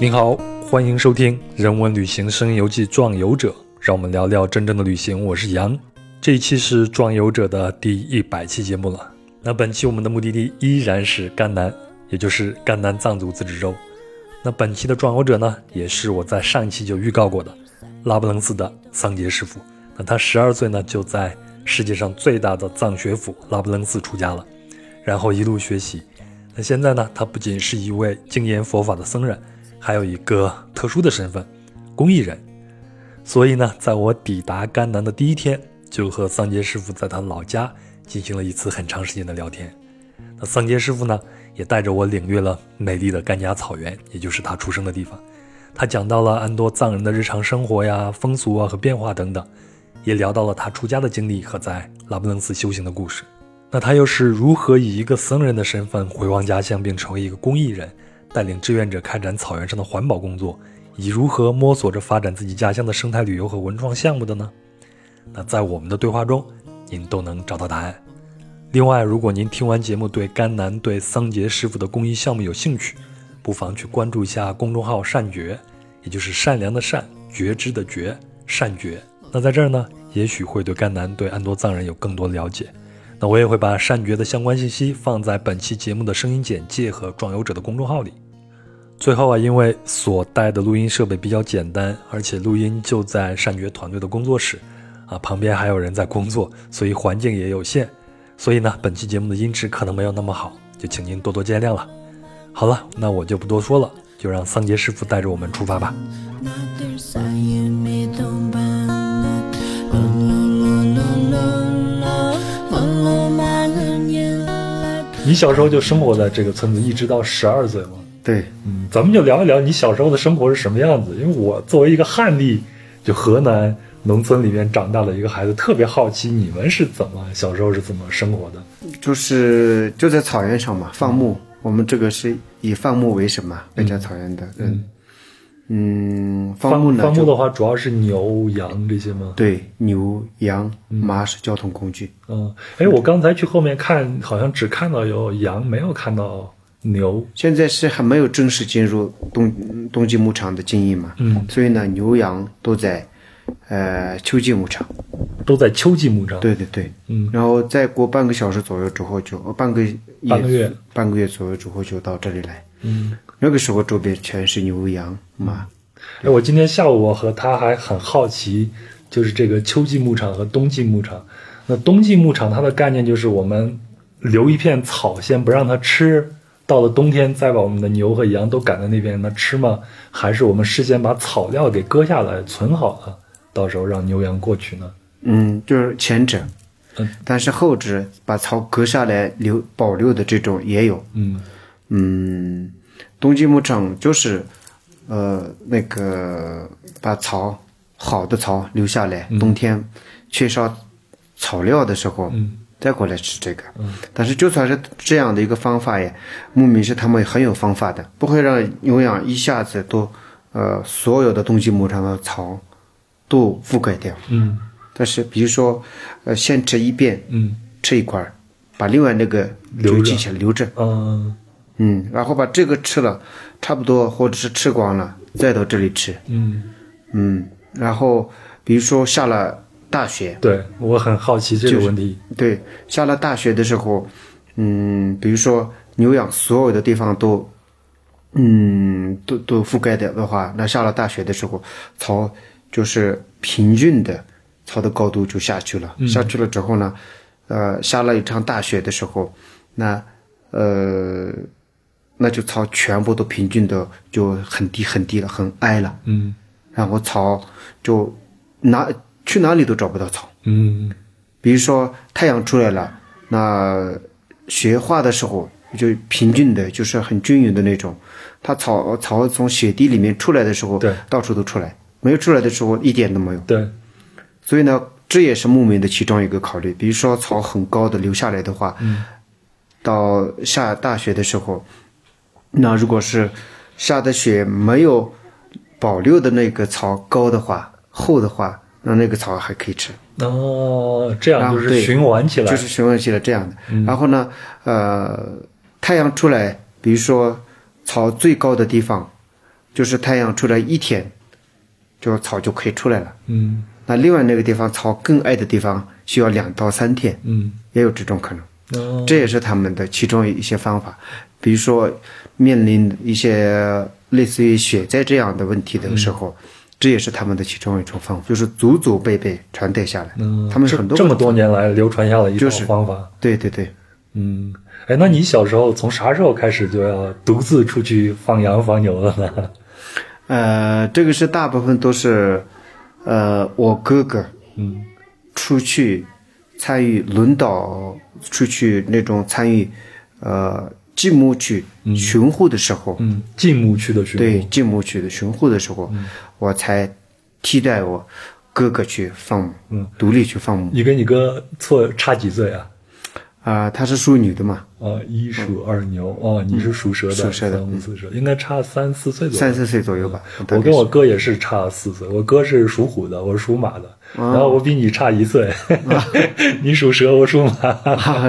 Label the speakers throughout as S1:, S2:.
S1: 您好，欢迎收听《人文旅行声游记·壮游者》，让我们聊聊真正的旅行。我是杨，这一期是《壮游者》的第一百期节目了。那本期我们的目的地依然是甘南，也就是甘南藏族自治州。那本期的壮游者呢，也是我在上一期就预告过的，拉卜楞寺的桑杰师傅。那他十二岁呢，就在世界上最大的藏学府拉卜楞寺出家了，然后一路学习。那现在呢，他不仅是一位精研佛法的僧人，还有一个特殊的身份——公益人。所以呢，在我抵达甘南的第一天，就和桑杰师傅在他老家进行了一次很长时间的聊天。那桑杰师傅呢，也带着我领略了美丽的甘雅草原，也就是他出生的地方。他讲到了安多藏人的日常生活呀、风俗啊和变化等等，也聊到了他出家的经历和在拉卜楞寺修行的故事。那他又是如何以一个僧人的身份回望家乡，并成为一个公益人，带领志愿者开展草原上的环保工作，以及如何摸索着发展自己家乡的生态旅游和文创项目的呢？那在我们的对话中，您都能找到答案。另外，如果您听完节目对甘南、对桑杰师傅的公益项目有兴趣，不妨去关注一下公众号“善觉”，也就是善良的善、觉知的觉、善觉。那在这儿呢，也许会对甘南、对安多藏人有更多了解。那我也会把善觉的相关信息放在本期节目的声音简介和壮游者的公众号里。最后啊，因为所带的录音设备比较简单，而且录音就在善觉团队的工作室，啊，旁边还有人在工作，所以环境也有限，所以呢，本期节目的音质可能没有那么好，就请您多多见谅了。好了，那我就不多说了，就让桑杰师傅带着我们出发吧。你小时候就生活在这个村子，一直到十二岁吗？
S2: 对，
S1: 嗯，咱们就聊一聊你小时候的生活是什么样子。因为我作为一个汉地，就河南农村里面长大的一个孩子，特别好奇你们是怎么小时候是怎么生活的。
S2: 就是就在草原上嘛，放牧。我们这个是以放牧为生嘛，北疆草原的。嗯嗯，放牧呢，
S1: 放
S2: 就
S1: 牧的话，主要是牛、羊这些吗？
S2: 对牛羊马是交通工具。
S1: 嗯，哎，我刚才去后面看，好像只看到有羊，没有看到牛。
S2: 现在是还没有正式进入冬冬季牧场的经营嘛，
S1: 嗯，
S2: 所以呢，牛羊都在呃秋季牧场。
S1: 都在秋季牧场。，
S2: 对对对，
S1: 嗯，
S2: 然后再过半个小时左右之后就，呃半个夜
S1: 半个月
S2: 半个月左右之后就到这里来。
S1: 嗯，
S2: 那个时候周边全是牛羊马。
S1: 哎，我今天下午我和他还很好奇，就是这个秋季牧场和冬季牧场。那冬季牧场它的概念就是我们留一片草先不让它吃，到了冬天再把我们的牛和羊都赶到那边让它吃吗？还是我们事先把草料给割下来存好了，到时候让牛羊过去呢？
S2: 嗯，就是前者，
S1: 嗯
S2: 但是后者把草割下来留保留的这种也有。
S1: 嗯
S2: 嗯，冬季牧场就是，呃，那个把草好的草留下来，
S1: 嗯
S2: 冬天缺少草料的时候，
S1: 嗯
S2: 再过来吃这个。但是就算是这样的一个方法也，牧民是他们很有方法的，不会让牛羊一下子都，呃，所有的冬季牧场的草都覆盖掉。
S1: 嗯
S2: 但是比如说，呃，先吃一遍，
S1: 嗯
S2: 吃一块儿，把另外那个
S1: 留着
S2: 就记起来留着，
S1: 嗯
S2: 嗯，然后把这个吃了，差不多或者是吃光了，再到这里吃，
S1: 嗯，
S2: 嗯，然后比如说下了大雪，
S1: 对我很好奇这个问题。
S2: 对，下了大雪的时候，嗯，比如说牛羊所有的地方都。嗯，都都覆盖掉的话，那下了大雪的时候，草就是平均的，草的高度就下去了。下去了之后呢，呃，下了一场大雪的时候，那呃，那就草全部都平均的就很低很低了，很矮了。
S1: 嗯
S2: 然后草就哪去哪里都找不到草。
S1: 嗯
S2: 比如说太阳出来了，那雪化的时候就平均的，就是很均匀的那种。它草草从雪地里面出来的时候
S1: 对，
S2: 到处都出来；没有出来的时候，一点都没有。
S1: 对
S2: 所以呢，这也是牧民的其中一个考虑。比如说草很高的留下来的话，到下大雪的时候，那如果是下的雪没有保留的那个草高的话、厚的话，那那个草还可以吃。
S1: 哦，这样就
S2: 然后
S1: 是
S2: 对
S1: 循环起来。
S2: 就是询问起了这样的。然后呢，呃，太阳出来，比如说草最高的地方，就是太阳出来一天，就草就可以出来了。
S1: 嗯
S2: 那另外那个地方草更矮的地方需要两到三天，
S1: 嗯，
S2: 也有这种可能。
S1: 哦
S2: 这也是他们的其中一些方法。比如说，面临一些类似于雪灾这样的问题的时候，这也是他们的其中一种方法，就是祖祖辈辈传代下来。
S1: 嗯
S2: 他们很多
S1: 这么多年来流传下来一套
S2: 就是
S1: 方法。
S2: 对对对，
S1: 嗯，哎，那你小时候从啥时候开始就要独自出去放羊放牛了呢？
S2: 呃，这个是大部分都是，呃，我哥哥
S1: 嗯
S2: 出去参与轮岛出去那种参与，呃，进牧区巡护的时候，
S1: 嗯，进牧区的巡
S2: 对
S1: 捕，
S2: 进牧区的巡护的时候，我才替代我哥哥去放牧，
S1: 嗯
S2: 独立去放牧
S1: 你跟你哥错差几岁啊？
S2: 啊、她是淑女的嘛，
S1: 啊，一属二牛哦，你是属蛇的，
S2: 嗯属蛇的嗯
S1: 三五四蛇，应该差三四岁左右
S2: 三。四岁左右吧。大
S1: 我
S2: 概
S1: 跟我哥也是差四岁，我哥是属虎的，我是属马的，然后我比你差一岁， 你属蛇，我属马。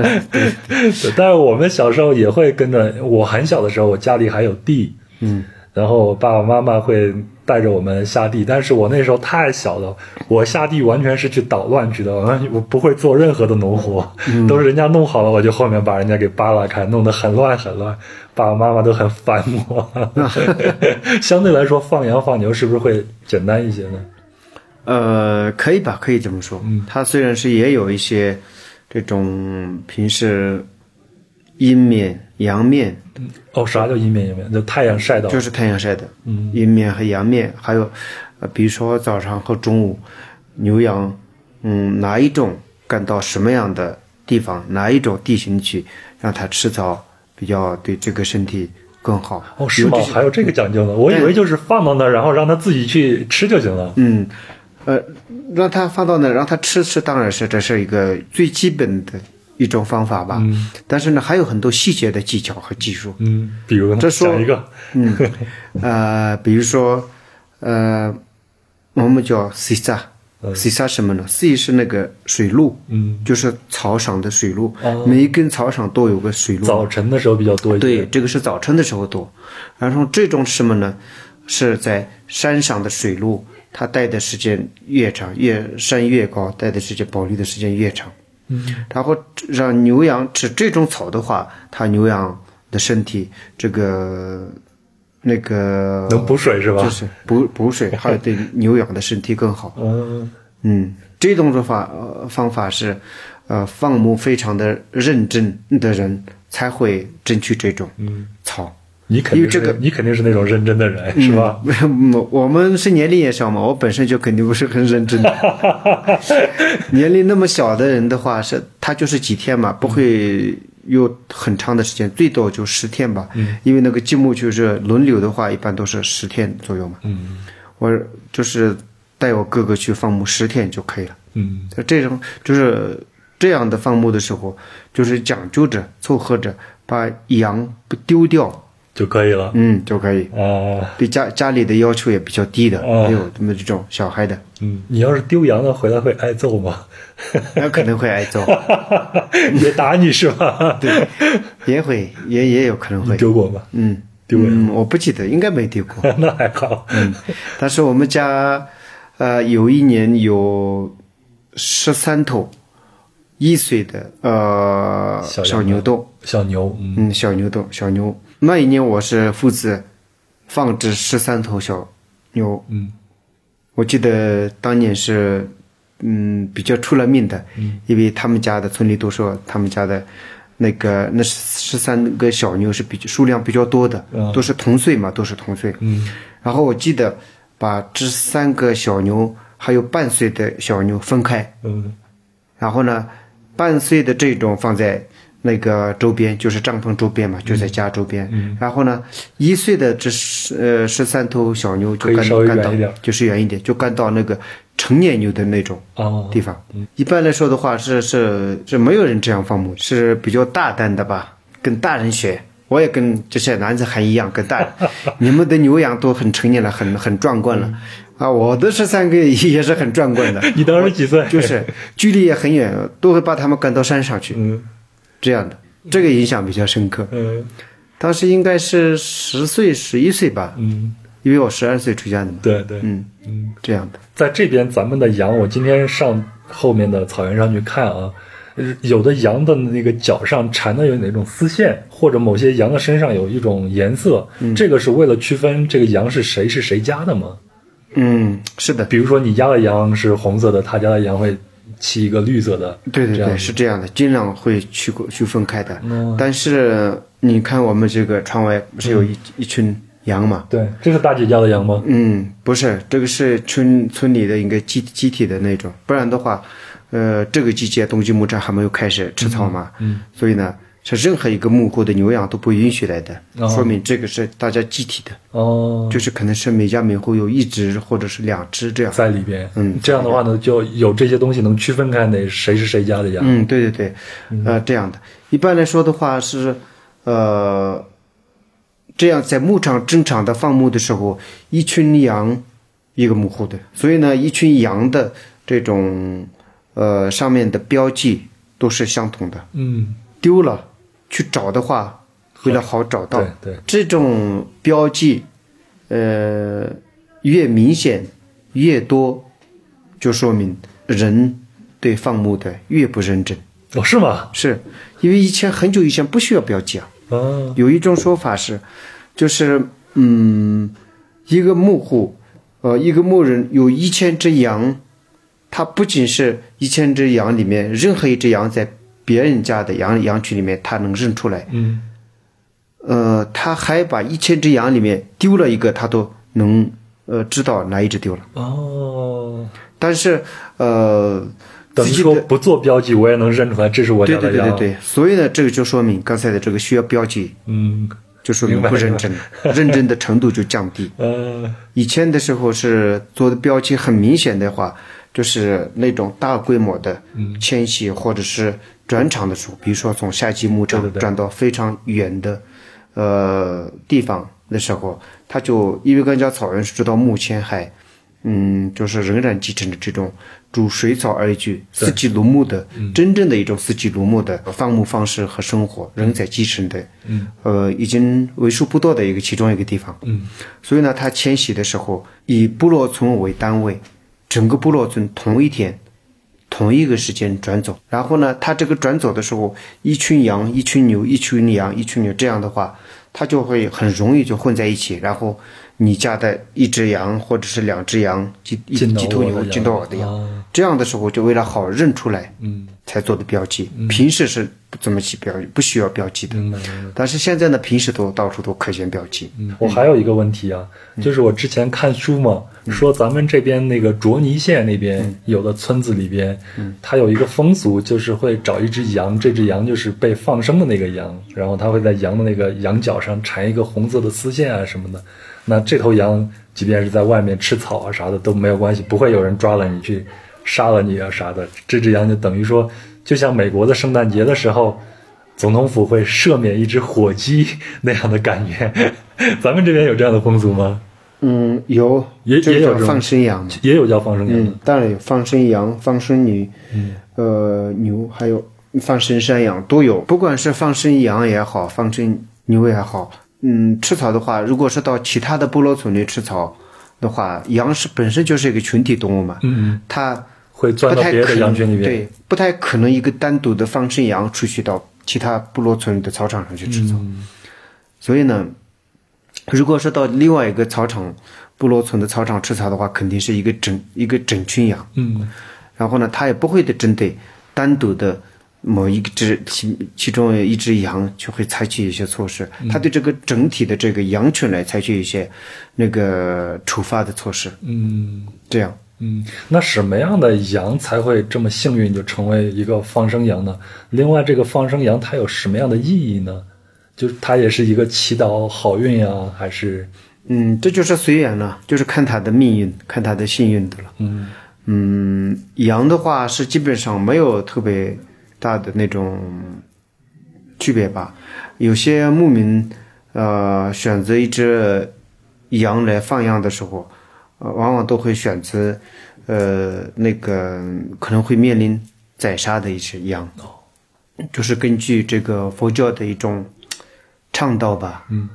S2: 是对
S1: 对但是我们小时候也会跟着，我很小的时候，我家里还有地，
S2: 嗯，
S1: 然后爸爸妈妈会带着我们下地，但是我那时候太小了，我下地完全是去捣乱去的，我我不会做任何的农活，
S2: 嗯
S1: 都是人家弄好了，我就后面把人家给扒拉开，弄得很乱很乱，爸爸妈妈都很烦我。 相对来说，放羊放牛是不是会简单一些呢？
S2: 呃，可以吧，可以这么说。
S1: 嗯
S2: 她虽然是也有一些这种平时阴面、阳面，
S1: 哦，啥叫阴面阴面？就太阳晒到，
S2: 就是太阳晒的，嗯，阴面和阳面，还有，呃，比如说早上和中午，牛羊，嗯，哪一种干到什么样的地方，哪一种地形去让它吃草比较对这个身体更好。
S1: 哦，是吗？还有这个讲究呢？我以为就是放到那儿，然后让它自己去吃就行了。
S2: 嗯，呃，让它放到那，让它吃吃，当然是这是一个最基本的一种方法吧。嗯，但是呢，还有很多细节的技巧和技术。
S1: 嗯，比如呢，
S2: 这说
S1: 讲一个，
S2: 嗯，呃，比如说，呃，我们叫 sisa，sisa 什么呢？si 是那个水路，
S1: 嗯，
S2: 就是草场的水路，
S1: 哦
S2: 每一根草场都有个水路。
S1: 早晨的时候比较多一
S2: 对，
S1: 点。
S2: 这个是早晨的时候多，然后这种是什么呢？是在山上的水路，它待的时间越长，越山越高，待的时间保留的时间越长。
S1: 嗯，
S2: 然后让牛羊吃这种草的话，它牛羊的身体这个那个
S1: 能补水是吧？
S2: 嗯就是补补水，还有对牛羊的身体更好。
S1: 嗯，
S2: 嗯，这种做法、呃、方法是，呃，放牧非常的认真的人才会争取这种草。
S1: 你肯定
S2: 因为这
S1: 是
S2: 个
S1: 你肯定是那种认真的人、是吧？
S2: 嗯，我们是年龄也小嘛，我本身就肯定不是很认真的。年龄那么小的人的话，是他就是几天嘛，不会有很长的时间，最多就十天吧。因为那个积木就是轮流的话，一般都是十天左右嘛。
S1: 嗯
S2: 我就是带我哥哥去放牧十天就可以了。
S1: 嗯
S2: 就这种就是这样的放牧的时候，就是讲究着凑合着把羊不丢掉，
S1: 就可以了。
S2: 嗯就可以。
S1: 啊，
S2: 对家家里的要求也比较低的，
S1: 哦
S2: 还有这么这种小孩的，
S1: 嗯，你要是丢羊了回来会挨揍吗？
S2: 那可能会挨 揍，
S1: 也打你是吧？对，
S2: 也会也也有可能会，
S1: 丢过吗？
S2: 嗯，
S1: 丢过
S2: 嗯，我不记得，应该没丢过。
S1: 那还好。嗯
S2: 但是我们家，呃，有一年有十三头一岁的呃
S1: 小
S2: 小
S1: 羊
S2: 牛犊，
S1: 小牛，嗯，
S2: 嗯，小牛犊，小牛。那一年我是负责放置十三头小牛，
S1: 嗯，
S2: 我记得当年是，嗯，比较出了名的，因为他们家的村里都说他们家的。那个那十三个小牛是比数量比较多的，
S1: 嗯
S2: 都是同岁嘛，都是同岁。
S1: 嗯，
S2: 然后我记得把这三个小牛还有半岁的小牛分开，
S1: 嗯
S2: 然后呢，半岁的这种放在那个周边，就是帐篷周
S1: 嗯
S2: 边嘛，就在家周边。然后呢，一岁的这十呃十三头小牛
S1: 可
S2: 就
S1: 以
S2: 干
S1: 稍微
S2: 干
S1: 远
S2: 到
S1: 一点
S2: 就是远一点，就干到那个成年牛的那种
S1: 哦，
S2: 地方。一般来说的话是是是没有人这样放牧，是比较大胆的吧，跟大人学。我也跟这些男子汉一样，跟大人，你们的牛羊都很成年了，很很壮观了，啊，我的十三个也是很壮观的。
S1: 嗯 你当时几岁？
S2: 就是距离也很远，都会把他们赶到山上去，
S1: 嗯
S2: 这样的，这个印象比较深刻。
S1: 嗯
S2: 当时应该是十岁、十一岁吧，
S1: 嗯
S2: 因为我十二岁出家的嘛，
S1: 对对，
S2: 嗯
S1: 嗯，
S2: 这样的，
S1: 在这边咱们的羊，我今天上后面的草原上去看啊，呃有的羊的那个脚上缠的有哪种丝线，或者某些羊的身上有一种颜色，这个是为了区分这个羊是谁是谁家的吗？
S2: 嗯，是的，
S1: 比如说你家的羊是红色的，他家的羊会漆一个绿色的，嗯
S2: 对对
S1: 这样
S2: 对，
S1: 子
S2: 是这样的，经常会去过去分开的。但是你看我们这个窗外不是有
S1: 嗯
S2: 一、一群羊嘛？
S1: 对，这是大姐家的羊吗？
S2: 嗯，不是，这个是村村里的一个集集体的那种，不然的话，呃，这个季节冬季牧场还没有开始吃草嘛，嗯，所以呢，是任何一个牧户的牛羊都不允许来的，
S1: 哦
S2: 说明这个是大家集体的，
S1: 哦，
S2: 就是可能是每家每户有一只或者是两只这样。
S1: 在里边，
S2: 嗯
S1: 这样的话呢，就有这些东西能区分开哪谁是谁家的羊。
S2: 嗯，对对对，呃，这样的。一般来说的话是，呃，这样在牧场正常的放牧的时候，一群羊一个牧户的，所以呢，一群羊的这种呃上面的标记都是相同的。
S1: 嗯，
S2: 丢了去找的话，为了好找到
S1: 对，嗯对，
S2: 这种标记，呃，越明显越多，就说明人对放牧的越不认真。
S1: 哦，是吗？
S2: 是因为以前很久以前不需要标记啊。
S1: 啊，
S2: 有一种说法是，就是嗯，一个牧户，呃，一个牧人有一千只羊，他不仅是一千只羊里面任何一只羊在别人家的羊羊群里面他能认出来，
S1: 嗯，
S2: 呃，他还把一千只羊里面丢了一个，他都能呃知道哪一只丢了。
S1: 哦，
S2: 但是呃，
S1: 等于
S2: 自己
S1: 说
S2: 的
S1: 不做标记，我也能认出来这是我
S2: 对
S1: 家
S2: 对
S1: 的
S2: 对
S1: 羊。
S2: 对对，所以呢，这个就说明刚才的这个需要标记
S1: 嗯，
S2: 就说明不认真，认真的程度就降低。
S1: 呃，
S2: 以前的时候是做的标记很明显的话，就是那种大规模的迁徙或者是转场的时候，比如说从夏季牧场转到非常远的呃地方的时候，他就因为甘家草原是直到目前还嗯，就是仍然继承着这种逐水草而居、四季如牧的、真正的一种四季如牧的放牧方式和生活，仍在继承的，嗯，呃，已经为数不多的一个其中一个地方，嗯，所以呢，他迁徙的时候以部落村为单位，整个部落村同一天、同一个时间转走，然后呢，他这个转走的时候，一群羊、一群牛、一群羊、一群牛，这样的话，它就会很容易就混在一起，然后你家的一只羊或者是两只羊、几一
S1: 进到
S2: 几头
S1: 我
S2: 牛
S1: 的
S2: 进到我的羊，
S1: 啊
S2: 这样的时候就为了好认出来，
S1: 嗯，
S2: 才做的标记，平时是不怎么去标，不需要标记的，
S1: 明白明白。
S2: 但是现在呢，平时都到处都可见标记，
S1: 我还有一个问题啊，就是我之前看书嘛，说咱们这边那个卓尼县那边有的村子里边，它有一个风俗，就是会找一只羊，这只羊就是被放生的那个羊，然后它会在羊的那个羊角上缠一个红色的丝线啊什么的。那这头羊即便是在外面吃草啊啥的都没有关系，不会有人抓了你去杀了你啊啥的。这只羊就等于说，就像美国的圣诞节的时候。总统府会赦免一只火鸡那样的感觉。 咱们这边有这样的风俗吗？
S2: 嗯，有
S1: 也
S2: 这
S1: 也
S2: 个
S1: 有
S2: 叫
S1: 这种
S2: 放生羊嘛。
S1: 也有叫放生羊的
S2: 嗯，当然有放生羊、放
S1: 嗯
S2: 生牛，呃，牛还有放生山羊都有。不管是放生羊也好，放生牛也好，嗯，吃草的话，如果是到其他的部落村里吃草的话，羊是本身就是一个群体动物嘛，
S1: 嗯，
S2: 它
S1: 会
S2: 不
S1: 钻到
S2: 太
S1: 别
S2: 可
S1: 的羊
S2: 能
S1: 群里边。
S2: 对，不太可能一个单独的放生羊出去到其他部落村的草场上去吃草。
S1: 嗯
S2: 所以呢，如果说到另外一个草场部落村的草场吃草的话，肯定是一个整一个整群羊。
S1: 嗯，
S2: 然后呢，它也不会的针对单独的某一只其其中一只羊就会采取一些措施，
S1: 嗯
S2: 它对这个整体的这个羊群来采取一些那个处罚的措施。
S1: 嗯
S2: 这样，
S1: 嗯，那什么样的羊才会这么幸运就成为一个放生羊呢？另外，这个放生羊它有什么样的意义呢？就是它也是一个祈祷好运呀、还是
S2: 嗯，这就是随缘了，就是看他的命运，看他的幸运的了。
S1: 嗯
S2: 嗯，羊的话是基本上没有特别大的那种区别吧。有些牧民呃选择一只羊来放羊的时候，呃，往往都会选择呃那个可能会面临宰杀的一只羊，就是根据这个佛教的一种倡导吧，
S1: 嗯，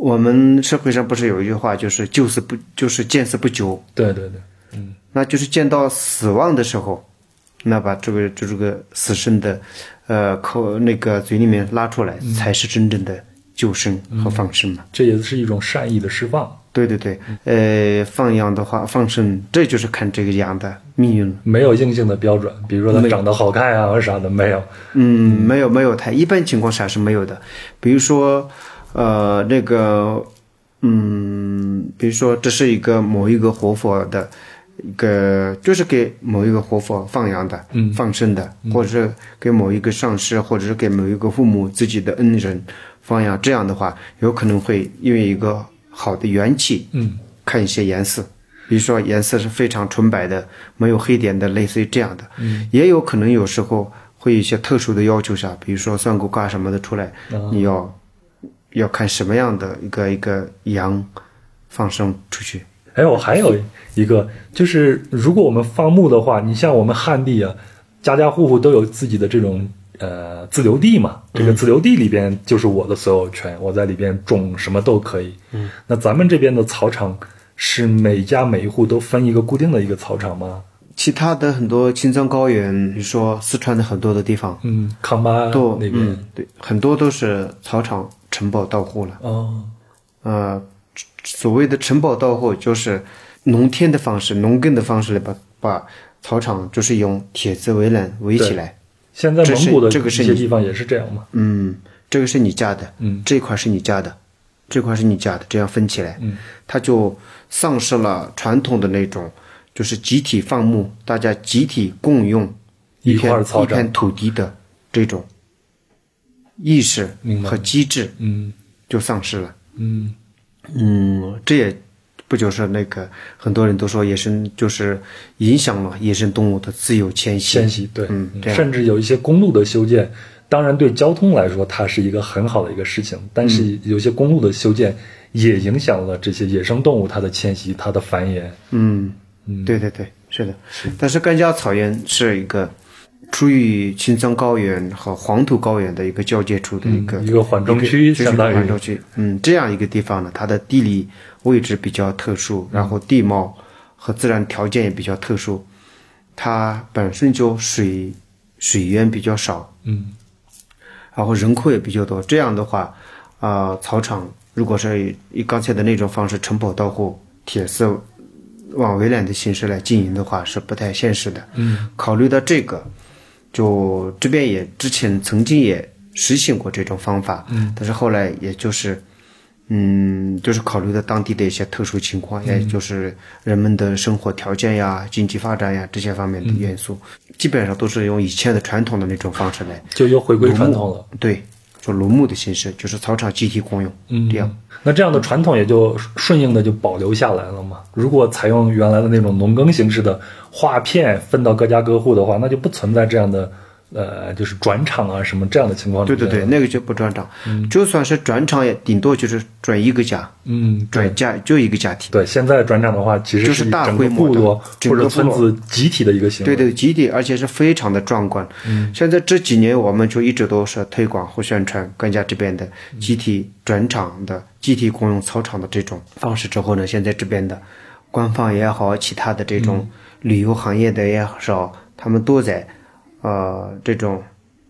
S2: 我们社会上不是有一句话，就是救死不就是见死不救，
S1: 对对对，
S2: 那就是见到死亡的时候，那把这个这这个死神的，呃口那个嘴里面拉出来，才是真正的救生和放生嘛。
S1: 这也是一种善意的释放，
S2: 对对对，呃，放羊的话，放生，这就是看这个羊的命运了。
S1: 没有硬性的标准，比如说他长得好看啊或者啥的，没有。
S2: 嗯，没有没有太，一般情况下是没有的。比如说，呃，那个，嗯，比如说这是一个某一个活佛的一个，就是给某一个活佛放羊的，嗯，放生的，或者是给某一个上师，或者是给某一个父母自己的恩人放羊，这样的话，有可能会因为一个好的缘起，嗯，看一些颜色。比如说颜色是非常纯白的，没有黑点的，类似于这样的。嗯，也有可能有时候会有一些特殊的要求下，比如说算骨卦什么的出来，
S1: 啊
S2: 你要要看什么样的一个一个羊放生出去。
S1: 哎，我还有一个，就是如果我们放牧的话，你像我们汉地啊，家家户户都有自己的这种呃自留地嘛，
S2: 嗯
S1: 这个自留地里边就是我的所有权，我在里边种什么都可以。嗯，那咱们这边的草场是每家每一户都分一个固定的一个草场吗？
S2: 其他的很多青藏高原，比如说四川的很多的地方，
S1: 嗯，康巴
S2: 都
S1: 那边、
S2: 嗯对，很多都是草场承包到户了。
S1: 哦，
S2: 呃，所谓的承包到户，就是农田的方式、农耕的方式来把把草场就是用铁丝围栏围起来。
S1: 现在
S2: 这
S1: 蒙
S2: 是
S1: 古的
S2: 这
S1: 一
S2: 个是
S1: 些
S2: 你
S1: 地方也是这样嘛？
S2: 嗯，这个是你家的，
S1: 嗯，
S2: 这块是你家的，这块是你家的，这样分起来，嗯，它就丧失了传统的那种，就是集体放牧，大家集体共用
S1: 一
S2: 片
S1: 块儿草
S2: 一片土地的这种意识
S1: 明白
S2: 和机制
S1: 嗯
S2: 就丧失了。
S1: 嗯，
S2: 嗯，这也不就是那个很多人都说野生就是影响了野生动物的自由迁徙。
S1: 迁徙对，
S2: 嗯这样
S1: 甚至有一些公路的修建，当然对交通来说它是一个很好的一个事情，但
S2: 嗯
S1: 是有些公路的修建也影响了这些野生动物它的迁徙、它的繁衍。
S2: 嗯，对对对，是的。但是甘加草原是一个处于青藏高原和黄土高原的一个交界处的一个、
S1: 嗯一个缓冲区
S2: 一个就是
S1: 相当于
S2: 缓冲区。嗯，这样一个地方呢，它的地理位置比较特殊，
S1: 嗯
S2: 然后地貌和自然条件也比较特殊，它本身就水水源比较少，
S1: 嗯，
S2: 然后人口也比较多。这样的话，啊、草场如果是以刚才的那种方式城堡到户、铁丝网围栏的形式来经营的话，是不太现实的。嗯，考虑到这个，就这边也之前曾经也实行过这种方法，嗯，但是后来也就是。嗯，就是考虑到当地的一些特殊情况，也就是人们的生活条件呀、经济发展呀这些方面的元素，基本上都是用以前的传统的那种方式来
S1: 就又回归传统了。
S2: 对，就罗牧的形式，就是草场集体共用，
S1: 嗯，
S2: 这样。
S1: 那这样的传统也就顺应的就保留下来了嘛。如果采用原来的那种农耕形式的划片分到各家各户的话，那就不存在这样的呃，就是转场啊什么这样的情况。
S2: 对对对，，那个就不转场，就算是转场也顶多就是转一个家，
S1: 嗯，
S2: 转家就一个家庭。
S1: 对，现在转场的话，其实
S2: 就是
S1: 一
S2: 大
S1: 整
S2: 规
S1: 个
S2: 模
S1: 部
S2: 的
S1: 落
S2: 整
S1: 或
S2: 个
S1: 者
S2: 部
S1: 村
S2: 落
S1: 子集体的一个行为。
S2: 对对，集体，而且是非常的壮观。现在这几年我们就一直都是推广和宣传甘家这边的集体转场的、集体共用操场的这种方式之后呢，现在这边的官方也好，其他的这种旅游行业的也好，他们都在呃这种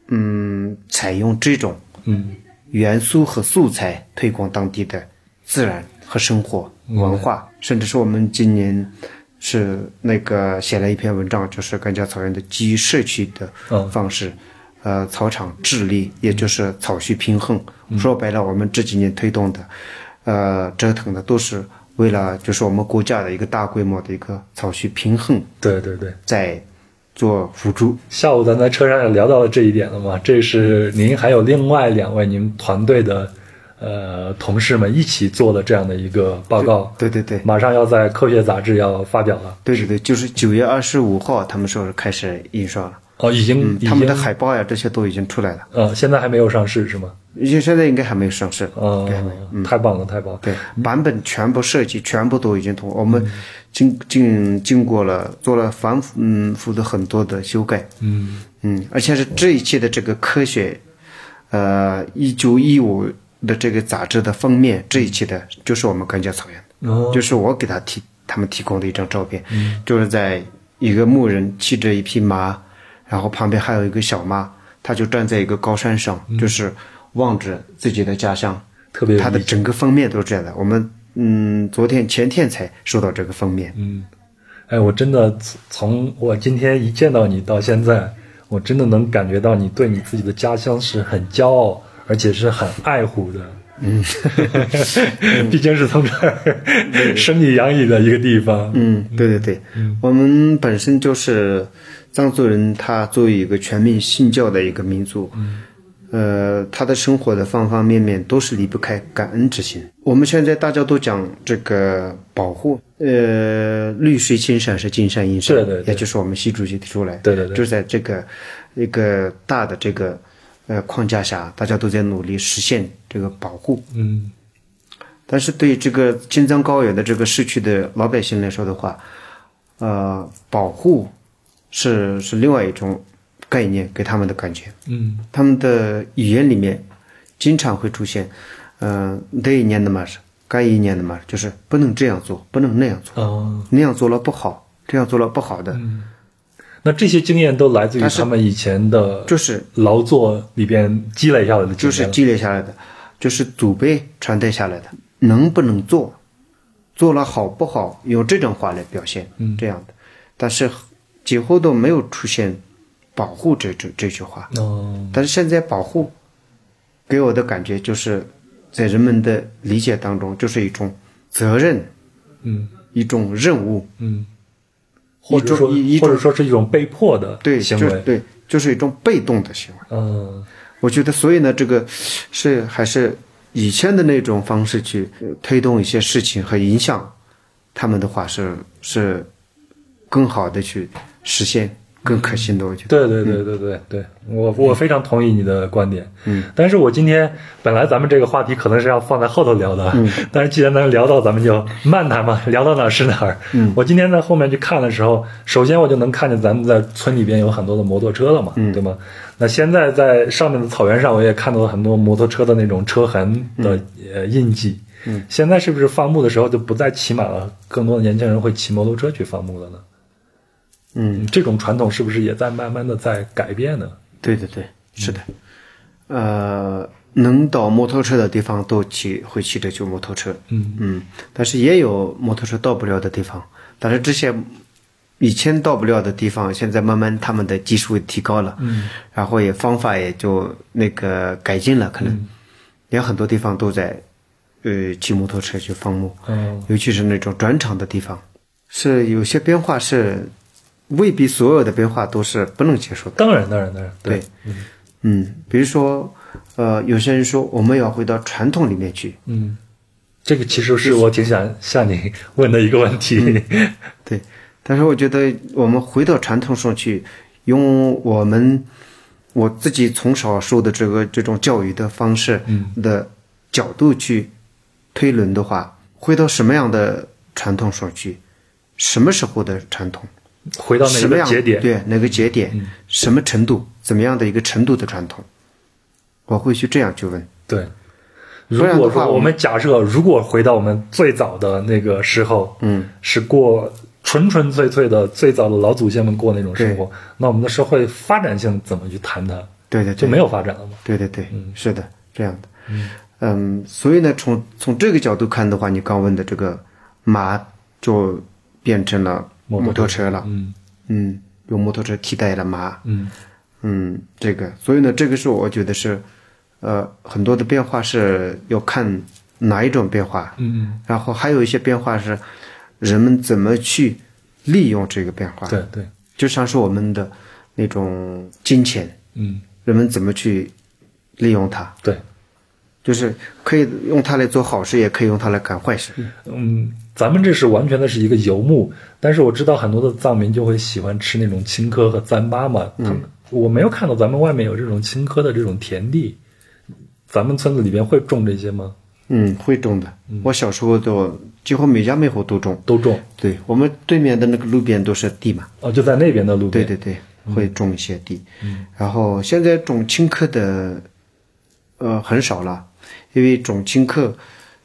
S2: 嗯采用这种
S1: 嗯
S2: 元素和素材推广当地的自然和生活文化，甚至是我们今年是那个写了一篇文章，就是甘家草原的基于社区的
S1: 嗯
S2: 方式，呃，草场治理，也就是草畜平衡。说白了，我们这几年推动的，呃，折腾的都是为了就是我们国家的一个大规模的一个草畜平衡
S1: 对对对，
S2: 在做辅助。
S1: 下午咱在车上也聊到了这一点了嘛。这是您还有另外两位您团队的呃同事们一起做的这样的一个报告，
S2: 对对对。
S1: 马上要在科学杂志要发表了。
S2: 对对对，就是九月二十五号，他们说是开始印刷了。
S1: 哦，已经、已
S2: 嗯他们的
S1: 经
S2: 海报呀，这些都已经出来了，
S1: 呃，现在还没有上市是吗？
S2: 因为现在应该还没有上市。
S1: 呃，太棒了，太棒了。
S2: 嗯对，版本全部设计全部都已经通过，我
S1: 嗯
S2: 们经经经过了做了反复嗯复的很多的修改，嗯嗯，而且是这一期的这个科学，呃，一九一五的这个杂志的封面这一期的，就是我们甘家草原，
S1: 哦
S2: 就是我给他提他们提供的一张照片，就是在一个牧人骑着一匹马，然后旁边还有一个小妈，他就站在一个高山上，就是望着自己的家乡，
S1: 特别有
S2: 他的
S1: 意
S2: 整个封面都是这样的。我们嗯，昨天前天才收到这个封面，
S1: 哎，我真的从从我今天一见到你到现在，我真的能感觉到你对你自己的家乡是很骄傲，而且是很爱护的。嗯， 毕竟是从这儿 生你养你的一个地方。
S2: 嗯，对对对，我们本身就是藏族人，他作为一个全民信教的一个民族，
S1: 嗯
S2: 呃，他的生活的方方面面都是离不开感恩之心。我们现在大家都讲这个保护，呃，绿水青山是金山银山，
S1: 对对对
S2: 也就是我们习主席提出来，
S1: 对对对
S2: 就是在这个一个大的这个呃框架下，大家都在努力实现这个保护。
S1: 嗯
S2: 但是对这个金藏高原的这个市区的老百姓来说的话，呃，保护是是另外一种概念给他们的感觉。
S1: 嗯
S2: 他们的语言里面经常会出现，嗯、呃，这一年的嘛是，该一年的嘛，就是不能这样做，不能那样做，
S1: 哦，
S2: 那样做了不好，这样做了不好的，
S1: 那这些经验都来自于他们以前的
S2: 就是
S1: 劳作里边积累下来的经
S2: 就
S1: 验。
S2: 是积累下来的，就是祖辈传代下来的，能不能做，做了好不好，用这种话来表现，
S1: 嗯
S2: 这样的，但是几乎都没有出现保护这这这句话，
S1: 哦，
S2: 但是现在保护给我的感觉就是在人们的理解当中，就是一种责任，
S1: 嗯
S2: 一种任务，
S1: 嗯，或者
S2: 种
S1: 说
S2: 一一
S1: 或
S2: 种
S1: 者说是一种被迫的
S2: 对，
S1: 行
S2: 就是
S1: 为。
S2: 对，就是一种被动的行为。
S1: 嗯
S2: 我觉得，所以呢，这个是还是以前的那种方式去呃推动一些事情和影响他们的话是，是更好的去实现，更可行的。我觉得，
S1: 对对对对对对，我我非常同意你的观点。嗯，但是我今天本来咱们这个话题可能是要放在后头聊的，但是既然能聊到，咱们就慢谈嘛， 聊到哪儿是哪儿。嗯，我今天在后面去看的时候，首先我就能看见咱们在村里边有很多的摩托车了嘛，对吗？那现在在上面的草原上，我也看到了很多摩托车的那种车痕的呃印记。嗯，现在是不是放牧的时候就不再骑马了？更多的年轻人会骑摩托车去放牧了呢？
S2: 嗯，
S1: 这种传统是不是也在慢慢的在改变呢？
S2: 对对对，是的。呃，能倒摩托车的地方都骑会骑着就摩托车，
S1: 嗯
S2: 嗯，但是也有摩托车到不了的地方，但是这些以前到不了的地方，现在慢慢他们的技术提高了，嗯，然后也方法也就那个改进了，可能、也很多地方都在呃骑摩托车去放牧，
S1: 嗯，
S2: 尤其是那种转场的地方，是有些变化是未必所有的变化都是不能接受的。
S1: 当然，当然，当然，对，
S2: 嗯，比如说，呃，有些人说我们要回到传统里面去，
S1: 嗯，这个其实是我挺想向你问的一个问题。
S2: 对。但是我觉得我们回到传统上去，用我们我自己从小受的这个这种教育的方式
S1: 嗯
S2: 的角度去推论的话，回到什么样的传统上去，什么时候的传统，
S1: 回到那
S2: 什么
S1: 个
S2: 样
S1: 节点，嗯
S2: 对哪个节点，什么程度，怎么样的一个程度的传统，我会去这样去问。
S1: 对。如
S2: 不然的
S1: 果
S2: 话
S1: 说我
S2: 我们
S1: 们假设，如果回到我们最早的那个时候，嗯，是过纯纯粹粹的最早的老祖先们过那种生活，那我们的社会发展性怎么去谈它？
S2: 对对对，
S1: 就没有发展了吗？
S2: 对对对，是的，这样的。嗯所以呢，从从这个角度看的话，你刚问的这个马就变成了
S1: 摩
S2: 摩托车了，
S1: 嗯
S2: 嗯，用摩托车替代了马，
S1: 嗯
S2: 嗯，这个，所以呢，这个是我觉得是，呃，很多的变化是要看哪一种变化，
S1: 嗯，
S2: 然后还有一些变化是人们怎么去利用这个变化，
S1: 嗯对对，
S2: 就像是我们的那种金钱，
S1: 嗯
S2: 人们怎么去利用它，
S1: 对。
S2: 就是可以用它来做好事，也可以用它来干坏事。
S1: 嗯，咱们这是完全的是一个游牧，但是我知道很多的藏民就会喜欢吃那种青稞和糌粑嘛。
S2: 嗯
S1: 他们我没有看到咱们外面有这种青稞的这种田地，咱们村子里边会种这些吗？
S2: 嗯，会种的。我小时候都几乎每家每户都种。
S1: 都种
S2: 对我们对面的那个路边都是地嘛。
S1: 哦，就在那边的路
S2: 对嗯
S1: 边。
S2: 对对，会种一些地。然后现在种青稞的，呃，很少了。因为种青稞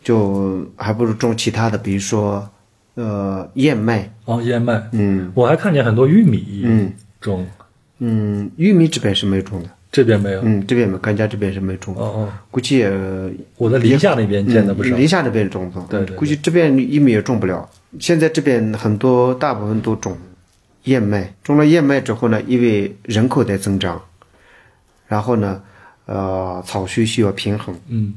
S2: 就还不如种其他的，比如说呃燕麦，
S1: 哦，燕麦，
S2: 嗯
S1: 我还看见很多玉米
S2: 嗯
S1: 种，
S2: 嗯，玉米这边是没种的，
S1: 这边没有。
S2: 嗯，这边没，甘家这边是没种的，
S1: 哦哦，
S2: 估计也
S1: 我在宁夏那边见的不少
S2: 宁。夏那边种不种，
S1: 对对对
S2: 估计这边玉米也种不了。现在这边很多大部分都种燕麦，种了燕麦之后呢，因为人口在增长，然后呢，呃，草需需要平衡，
S1: 嗯，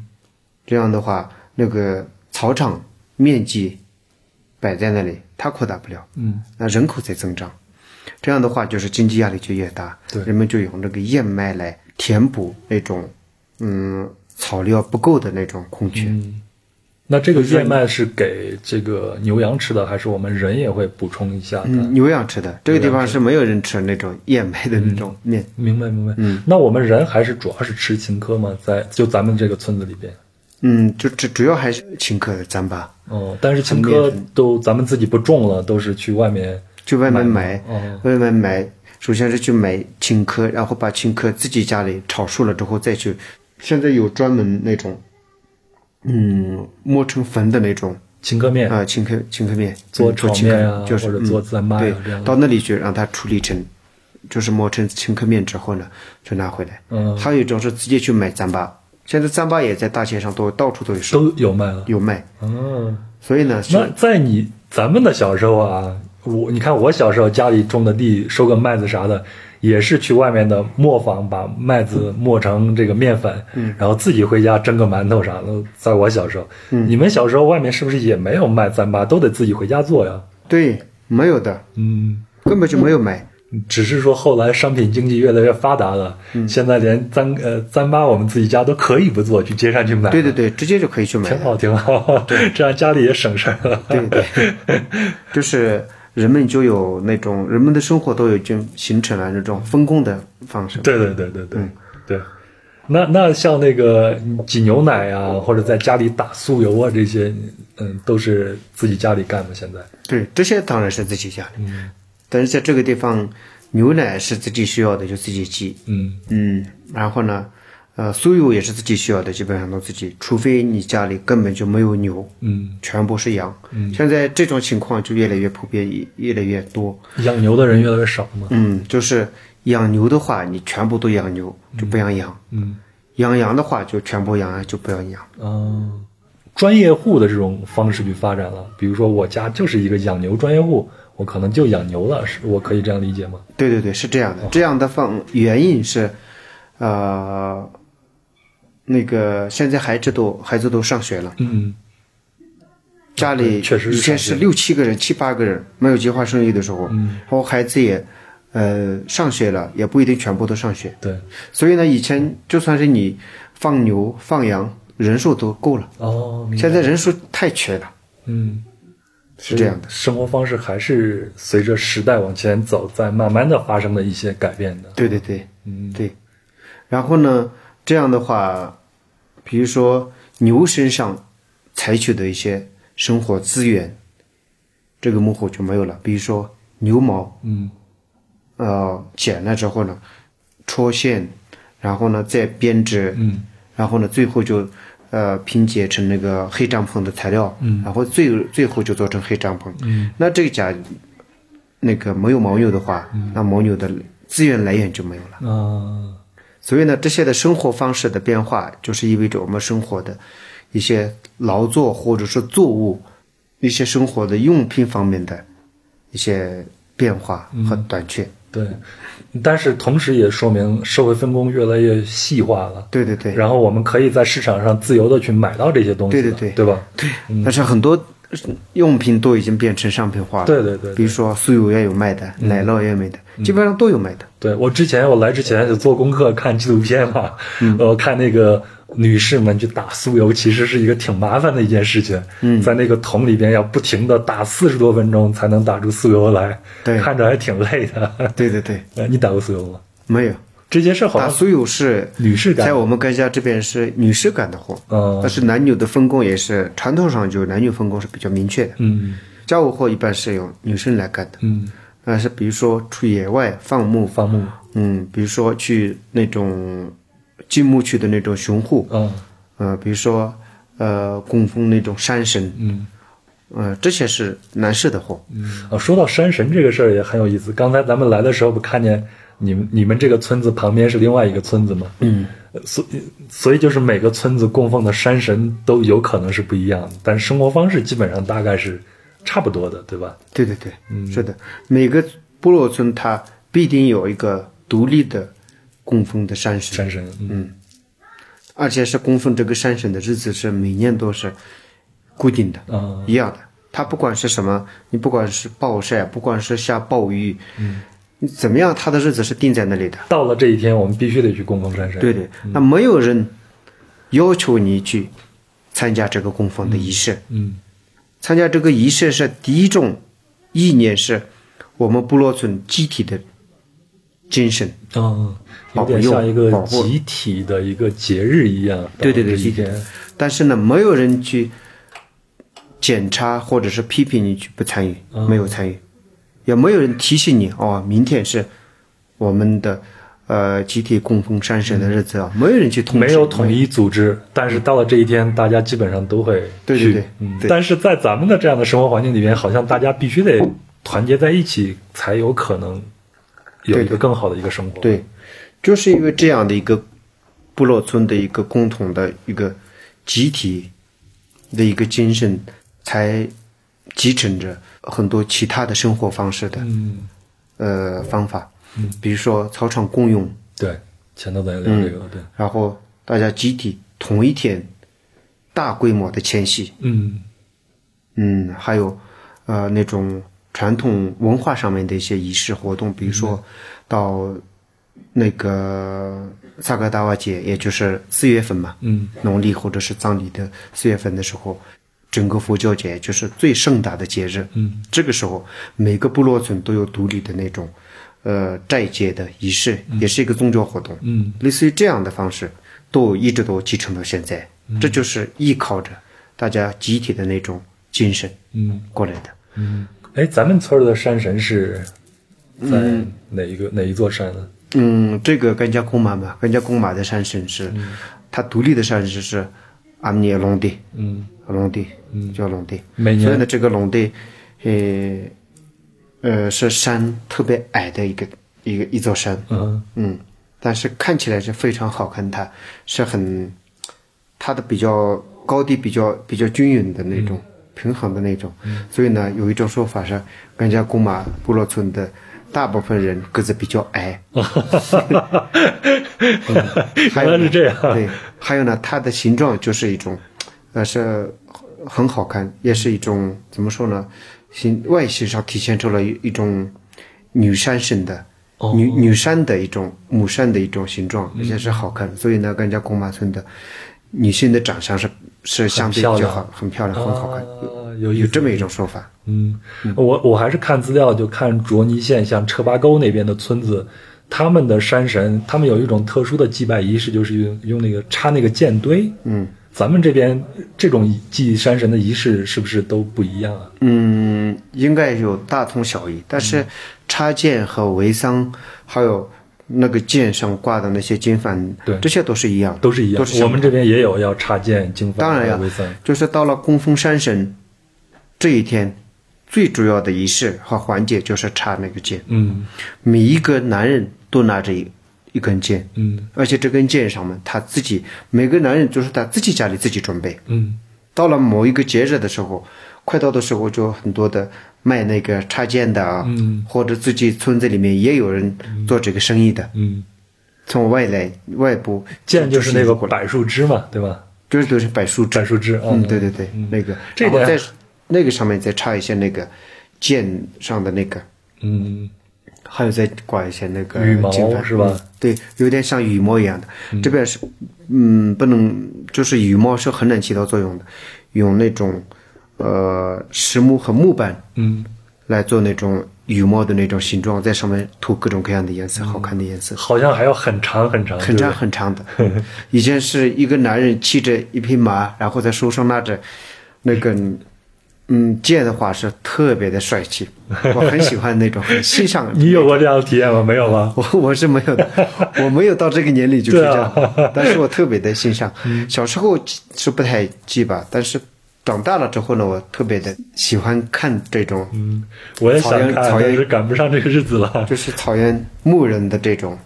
S2: 这样的话，那个草场面积摆在那里，它扩大不了，
S1: 嗯，
S2: 那人口在增长，这样的话就是经济压力就越大，
S1: 对
S2: 人们就用这个燕麦来填补那种，嗯，草料不够的那种空缺。
S1: 那这个燕麦是给这个牛羊吃的，还是我们人也会补充一下的？
S2: 嗯，牛羊吃的，这个地方是没有人吃那种燕麦的那种面。
S1: 明白明白。嗯，那我们人还是主要是吃青稞嘛，在就咱们这个村子里边。
S2: 嗯，就主主要还是青稞的糌粑，
S1: 哦，但是青稞都咱们自己不种了，都是去外面。
S2: 去外面买，
S1: 哦，
S2: 外面买，首先是去买青稞，然后把青稞自己家里炒熟了之后再去。现在有专门那种，嗯，磨成粉的那种
S1: 青稞面、
S2: 啊、青稞青稞面，
S1: 哎做
S2: 嗯做
S1: 炒
S2: 青稞
S1: 面啊
S2: 就是
S1: 或者做糌粑啊
S2: 嗯，
S1: 这样
S2: 对，到那里去让它处理成，就是磨成青稞面之后呢，就拿回来。
S1: 嗯
S2: 还有一种是直接去买糌粑，现在糌粑也在大街上都到处都有售
S1: 都有卖了。
S2: 有卖，
S1: 哦，
S2: 所以呢是
S1: 那在你咱们的小时候啊，我你看我小时候家里种的地，收个麦子啥的，也是去外面的磨坊把麦子磨成这个面粉，然后自己回家蒸个馒头啥的。在我小时候，你们小时候外面是不是也没有卖糌粑，都得自己回家做呀？
S2: 对没有的，
S1: 嗯。
S2: 根本就没有买。
S1: 只是说后来商品经济越来越发达了，
S2: 嗯
S1: 现在连糌呃糌粑我们自己家都可以不做，去街上去买。
S2: 对对对，直接就可以去买
S1: 挺
S2: 了。
S1: 好挺好， 这样家里也省事儿了。
S2: 对对，就是人们就有那种人们的生活都已经形成了这种分工的方式。
S1: 对对对对
S2: 嗯
S1: 对对。那那像那个挤牛奶呀、或者在家里打酥油啊这些，嗯，都是自己家里干的。现在，
S2: 对，这些当然是自己家里，
S1: 嗯
S2: 但是在这个地方，牛奶是自己需要的，就自己挤。
S1: 嗯，
S2: 嗯，然后呢，呃，酥油也是自己需要的，基本上都自己，除非你家里根本就没有牛，
S1: 嗯，
S2: 全部是羊。现在这种情况就越来越普遍，也越来越多。
S1: 养牛的人越来越少嘛。
S2: 嗯，就是养牛的话，你全部都养牛，就不养羊。
S1: 嗯，
S2: 养羊的话，就全部养羊，就不要养。
S1: 嗯，专业户的这种方式去发展了。比如说，我家就是一个养牛专业户，我可能就养牛了，是我可以这样理解吗？
S2: 对对对，是这样的。这样的放原因是，呃，那个现在孩子都孩子都上学了，
S1: 嗯，
S2: 家里
S1: 确实是
S2: 以前是六七个人、七八个人，没有计划生育的时候，
S1: 嗯
S2: 然后孩子也呃上学了，也不一定全部都上学。
S1: 对，
S2: 所以呢，以前就算是你放牛放羊，人数都够了，
S1: 哦，
S2: 现在人数太缺了，
S1: 嗯，
S2: 是这样的。
S1: 生活方式还是随着时代往前走，在慢慢的发生了一些改变的。
S2: 对对对，嗯，对。然后呢，这样的话，比如说牛身上采取的一些生活资源，这个木火就没有了。比如说牛毛，
S1: 嗯，
S2: 呃，剪了之后呢，戳线，然后呢再编织，
S1: 嗯，
S2: 然后呢最后就呃拼接成那个黑帐篷的材料，嗯，然后最最后就做成黑帐篷，嗯，那这个家那个没有牦牛的话，那牦牛的资源来源就没有了。
S1: 嗯啊、
S2: 所以呢，这些的生活方式的变化，就是意味着我们生活的一些劳作或者是作物、一些生活的用品方面的一些变化和
S1: 嗯
S2: 短缺。
S1: 对，但是同时也说明社会分工越来越细化了。
S2: 对对对，
S1: 然后我们可以在市场上自由的去买到这些东西了，
S2: 对对对
S1: 对吧？
S2: 但是很多用品都已经变成商品化了。
S1: 对对对对嗯
S2: 比如说酥油也有卖的，奶酪也有卖的，基本上都有卖的。
S1: 对我之前我来之前就做功课看纪录片嘛，
S2: 嗯
S1: 我看那个女士们去打酥油，其实是一个挺麻烦的一件事情。嗯，在那个桶里边要不停的打四十多分钟才能打出酥油来，
S2: 对
S1: 看着还挺累的。
S2: 对对对，
S1: 呃你打过酥油吗？
S2: 没有
S1: 这件事好
S2: 打
S1: 像
S2: 酥油是
S1: 女士干
S2: 在
S1: 的，
S2: 我们甘家这边是女士干的活，
S1: 嗯
S2: 但是男女的分工也是传统上就男女分工是比较明确的。
S1: 嗯
S2: 家务活一般是由女生来干的，
S1: 嗯，
S2: 但是比如说出野外放牧，
S1: 伐木，
S2: 嗯，比如说去那种禁牧区的那种巡护，
S1: 嗯
S2: 呃，比如说呃供奉那种山神，嗯，呃，这些是南式的货，
S1: 啊，说到山神这个事儿也很有意思。刚才咱们来的时候，不看见你们你们这个村子旁边是另外一个村子吗？嗯，所以所以就是每个村子供奉的山神都有可能是不一样的，但生活方式基本上大概是差不多的，对吧？
S2: 对对对，是的，每个部落村它必定有一个独立的供奉的山神，
S1: 山神，嗯，
S2: 而且是供奉这个山神的日子是每年都是固定的，
S1: 啊
S2: 一样的。它不管是什么，你不管是暴晒，不管是下暴雨，嗯，你怎么样，它的日子是定在那里的。
S1: 到了这一天，我们必须得去供奉山神。
S2: 对嗯的，那没有人要求你去参加这个供奉的仪式。
S1: 嗯
S2: 参加这个仪式是第一种意念，是我们部落村集体的精神。
S1: 嗯，有
S2: 保
S1: 点
S2: 佑
S1: 像一个
S2: 保护
S1: 集体的一个节日一样。
S2: 对对
S1: 到
S2: 对，
S1: 了这一
S2: 集体
S1: 天，。
S2: 但是呢，没有人去检查或者是批评你去不参与，
S1: 嗯
S2: 没有参与，也没有人提醒你哦，明天是我们的呃集体供奉山神的日子啊，没有人去通
S1: 嗯
S2: 知，
S1: 没有统一组织，但是到了这一天，大家基本上都会去。
S2: 对对对
S1: 嗯，
S2: 对
S1: 但是在咱们的这样的生活环境里面，好像大家必须得团结在一起，才有可能有一个更好的一个生活。
S2: 对，就是因为这样的一个部落村的一个共同的一个集体的一个精神，才集成着很多其他的生活方式的、
S1: 嗯，
S2: 呃方法，比如说草场共用，
S1: 对，前头咱也
S2: 嗯
S1: 聊这个，对，
S2: 然后大家集体同一天大规模的迁徙，
S1: 嗯
S2: 嗯，还有呃那种传统文化上面的一些仪式活动，比如说
S1: 嗯
S2: 到那个萨格达瓦节，也就是四月份嘛，
S1: 嗯，
S2: 农历或者是藏历的四月份的时候，整个佛教节就是最盛大的节日。嗯，这个时候每个部落村都有独立的那种呃斋戒的仪式，也是一个宗教活动。
S1: 嗯，
S2: 类似于这样的方式，都一直都继承到现在。这就是依靠着大家集体的那种精神
S1: 嗯。
S2: 过来的。
S1: 哎，咱们村儿的山神是在哪一个、哪一座山呢？
S2: 嗯，这个甘加贡玛嘛，甘加贡玛的山神是，
S1: 嗯
S2: 它独立的山神是阿米耶隆帝，
S1: 嗯，
S2: 隆帝，叫隆帝。
S1: 每年
S2: 所以呢，这个隆帝，呃，呃，是山特别矮的一个一个一座山，
S1: 嗯
S2: 嗯，但是看起来是非常好看，它是很，它的比较高低比较比较均匀的那种、
S1: 嗯
S2: 平衡的那种，所以呢，有一种说法是，甘加古玛部落村的大部分人个子比较矮，
S1: 原
S2: 还有
S1: 来
S2: 呢
S1: 是这样。
S2: 对，还有呢，它的形状就是一种，呃，是很好看，也是一种怎么说呢，形外形上体现出了一一种女山神的。
S1: 哦
S2: 女女山的一种母山的一种形状，
S1: 嗯
S2: 而且是好看，所以呢，甘家贡马村的女性的长相是是相对
S1: 漂
S2: 比较
S1: 亮
S2: 好，很漂亮，很好看，
S1: 啊
S2: 有
S1: 有意思
S2: 这么一种说法。
S1: 嗯，我我还是看资料，就看卓尼县像车巴沟那边的村子，他们的山神，他们有一种特殊的祭拜仪式，就是用用那个插那个箭堆。嗯，咱们这边这种祭山神的仪式是不是都不一样啊？
S2: 嗯，应该有大同小异，但
S1: 嗯
S2: 是插件和围桑，还有那个剑上挂的那些金幡，
S1: 对
S2: 这些都是一样的，
S1: 都是一样
S2: 都是。
S1: 我们这边也有要插箭、经幡、
S2: 当然呀
S1: 还有卫僧，
S2: 就是到了供奉山神这一天，最主要的仪式和环节就是插那个剑，
S1: 嗯
S2: 每一个男人都拿着一一根剑，
S1: 嗯
S2: 而且这根剑上面他自己每个男人就是他自己家里自己准备，
S1: 嗯
S2: 到了某一个节日的时候，快到的时候就很多的卖那个插件的啊，
S1: 嗯
S2: 或者自己村子里面也有人做这个生意的，
S1: 嗯，
S2: 从外来外部
S1: 箭就是那个
S2: 过来，
S1: 柏树枝嘛，对吧？
S2: 这都是柏树
S1: 柏
S2: 枝，
S1: 树枝啊，
S2: 嗯，对对对，那个，
S1: 这
S2: 然后
S1: 点
S2: 在那个上面再插一些那个剑上的那个，
S1: 嗯
S2: 还有再挂一些那个
S1: 羽毛
S2: 金牌
S1: 是吧
S2: 嗯对，有点像羽毛一样的。这边是，嗯，不能，就是羽毛是很难起到作用的，用那种呃实木和木板
S1: 嗯，
S2: 来做那种羽毛的那种形状，在上面涂各种各样的颜色，好看的颜色，
S1: 好像还要很长很长，嗯
S2: 很
S1: 对
S2: 长
S1: 吧
S2: 很长的。 以前是一个男人骑着一匹马，然后在手上拿着那个嗯，剑的话是特别的帅气，我很喜欢那种，很欣赏。
S1: 你有过这样的体验吗？没有吗？
S2: 我我是没有的， 我没有到这个年龄就是这样，
S1: 啊
S2: 但是我特别的欣赏。
S1: 嗯
S2: 小时候是不太记吧，但是长大了之后呢，我特别的喜欢看这种，
S1: 嗯，我也想
S2: 草原
S1: 看，
S2: 草
S1: 但
S2: 原
S1: 是赶不上这个日子了。
S2: 就是草原牧人的这种，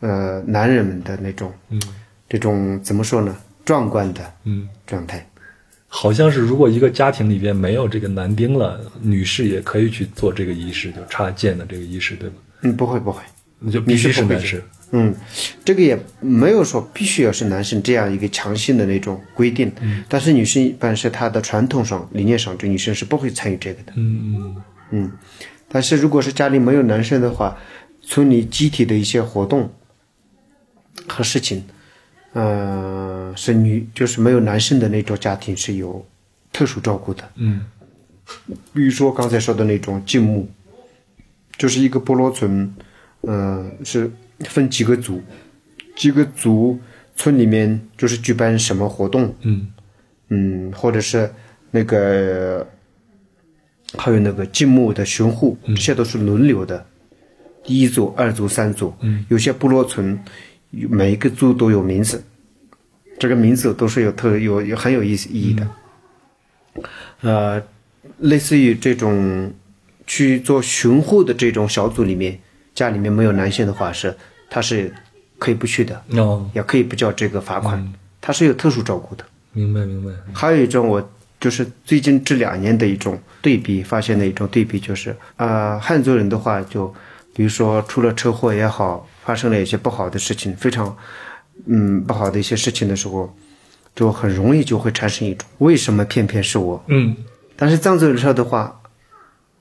S2: 呃，男人们的那种，
S1: 嗯
S2: 这种怎么说呢，壮观的
S1: 嗯，
S2: 状态。
S1: 好像是如果一个家庭里边没有这个男丁了，女士也可以去做这个仪式，就插剑的这个仪式，对吗？
S2: 嗯，不会不会，
S1: 那就必须是男士。
S2: 嗯，这个也没有说必须要是男生这样一个强性的那种规定，
S1: 嗯
S2: 但是女生一般是她的传统上、理念上，这女生是不会参与这个的。
S1: 嗯嗯
S2: 但是如果是家里没有男生的话，村里集体的一些活动和事情，呃，是女就是没有男生的那种家庭是有特殊照顾的，
S1: 嗯
S2: 比如说刚才说的那种静木，就是一个部落村，嗯、是分几个组，几个组村里面就是举办什么活动，
S1: 嗯
S2: 嗯，或者是那个还有那个静木的巡护，这些都是轮流的，一组、二组、三组，有些部落村有每一个组都有名字，这个名字都是有特有有很有意思意义的，呃，类似于这种去做巡护的这种小组里面，家里面没有男性的话是他是可以不去的，
S1: 嗯，哦，
S2: 也可以不交这个罚款，他是有特殊照顾的。
S1: 明白明白。
S2: 还有一种我就是最近这两年的一种对比，发现的一种对比就是，呃，汉族人的话就，比如说出了车祸也好，发生了一些不好的事情，非常，嗯，不好的一些事情的时候，就很容易就会产生一种为什么偏偏是我？
S1: 嗯
S2: 但是藏族人说的话，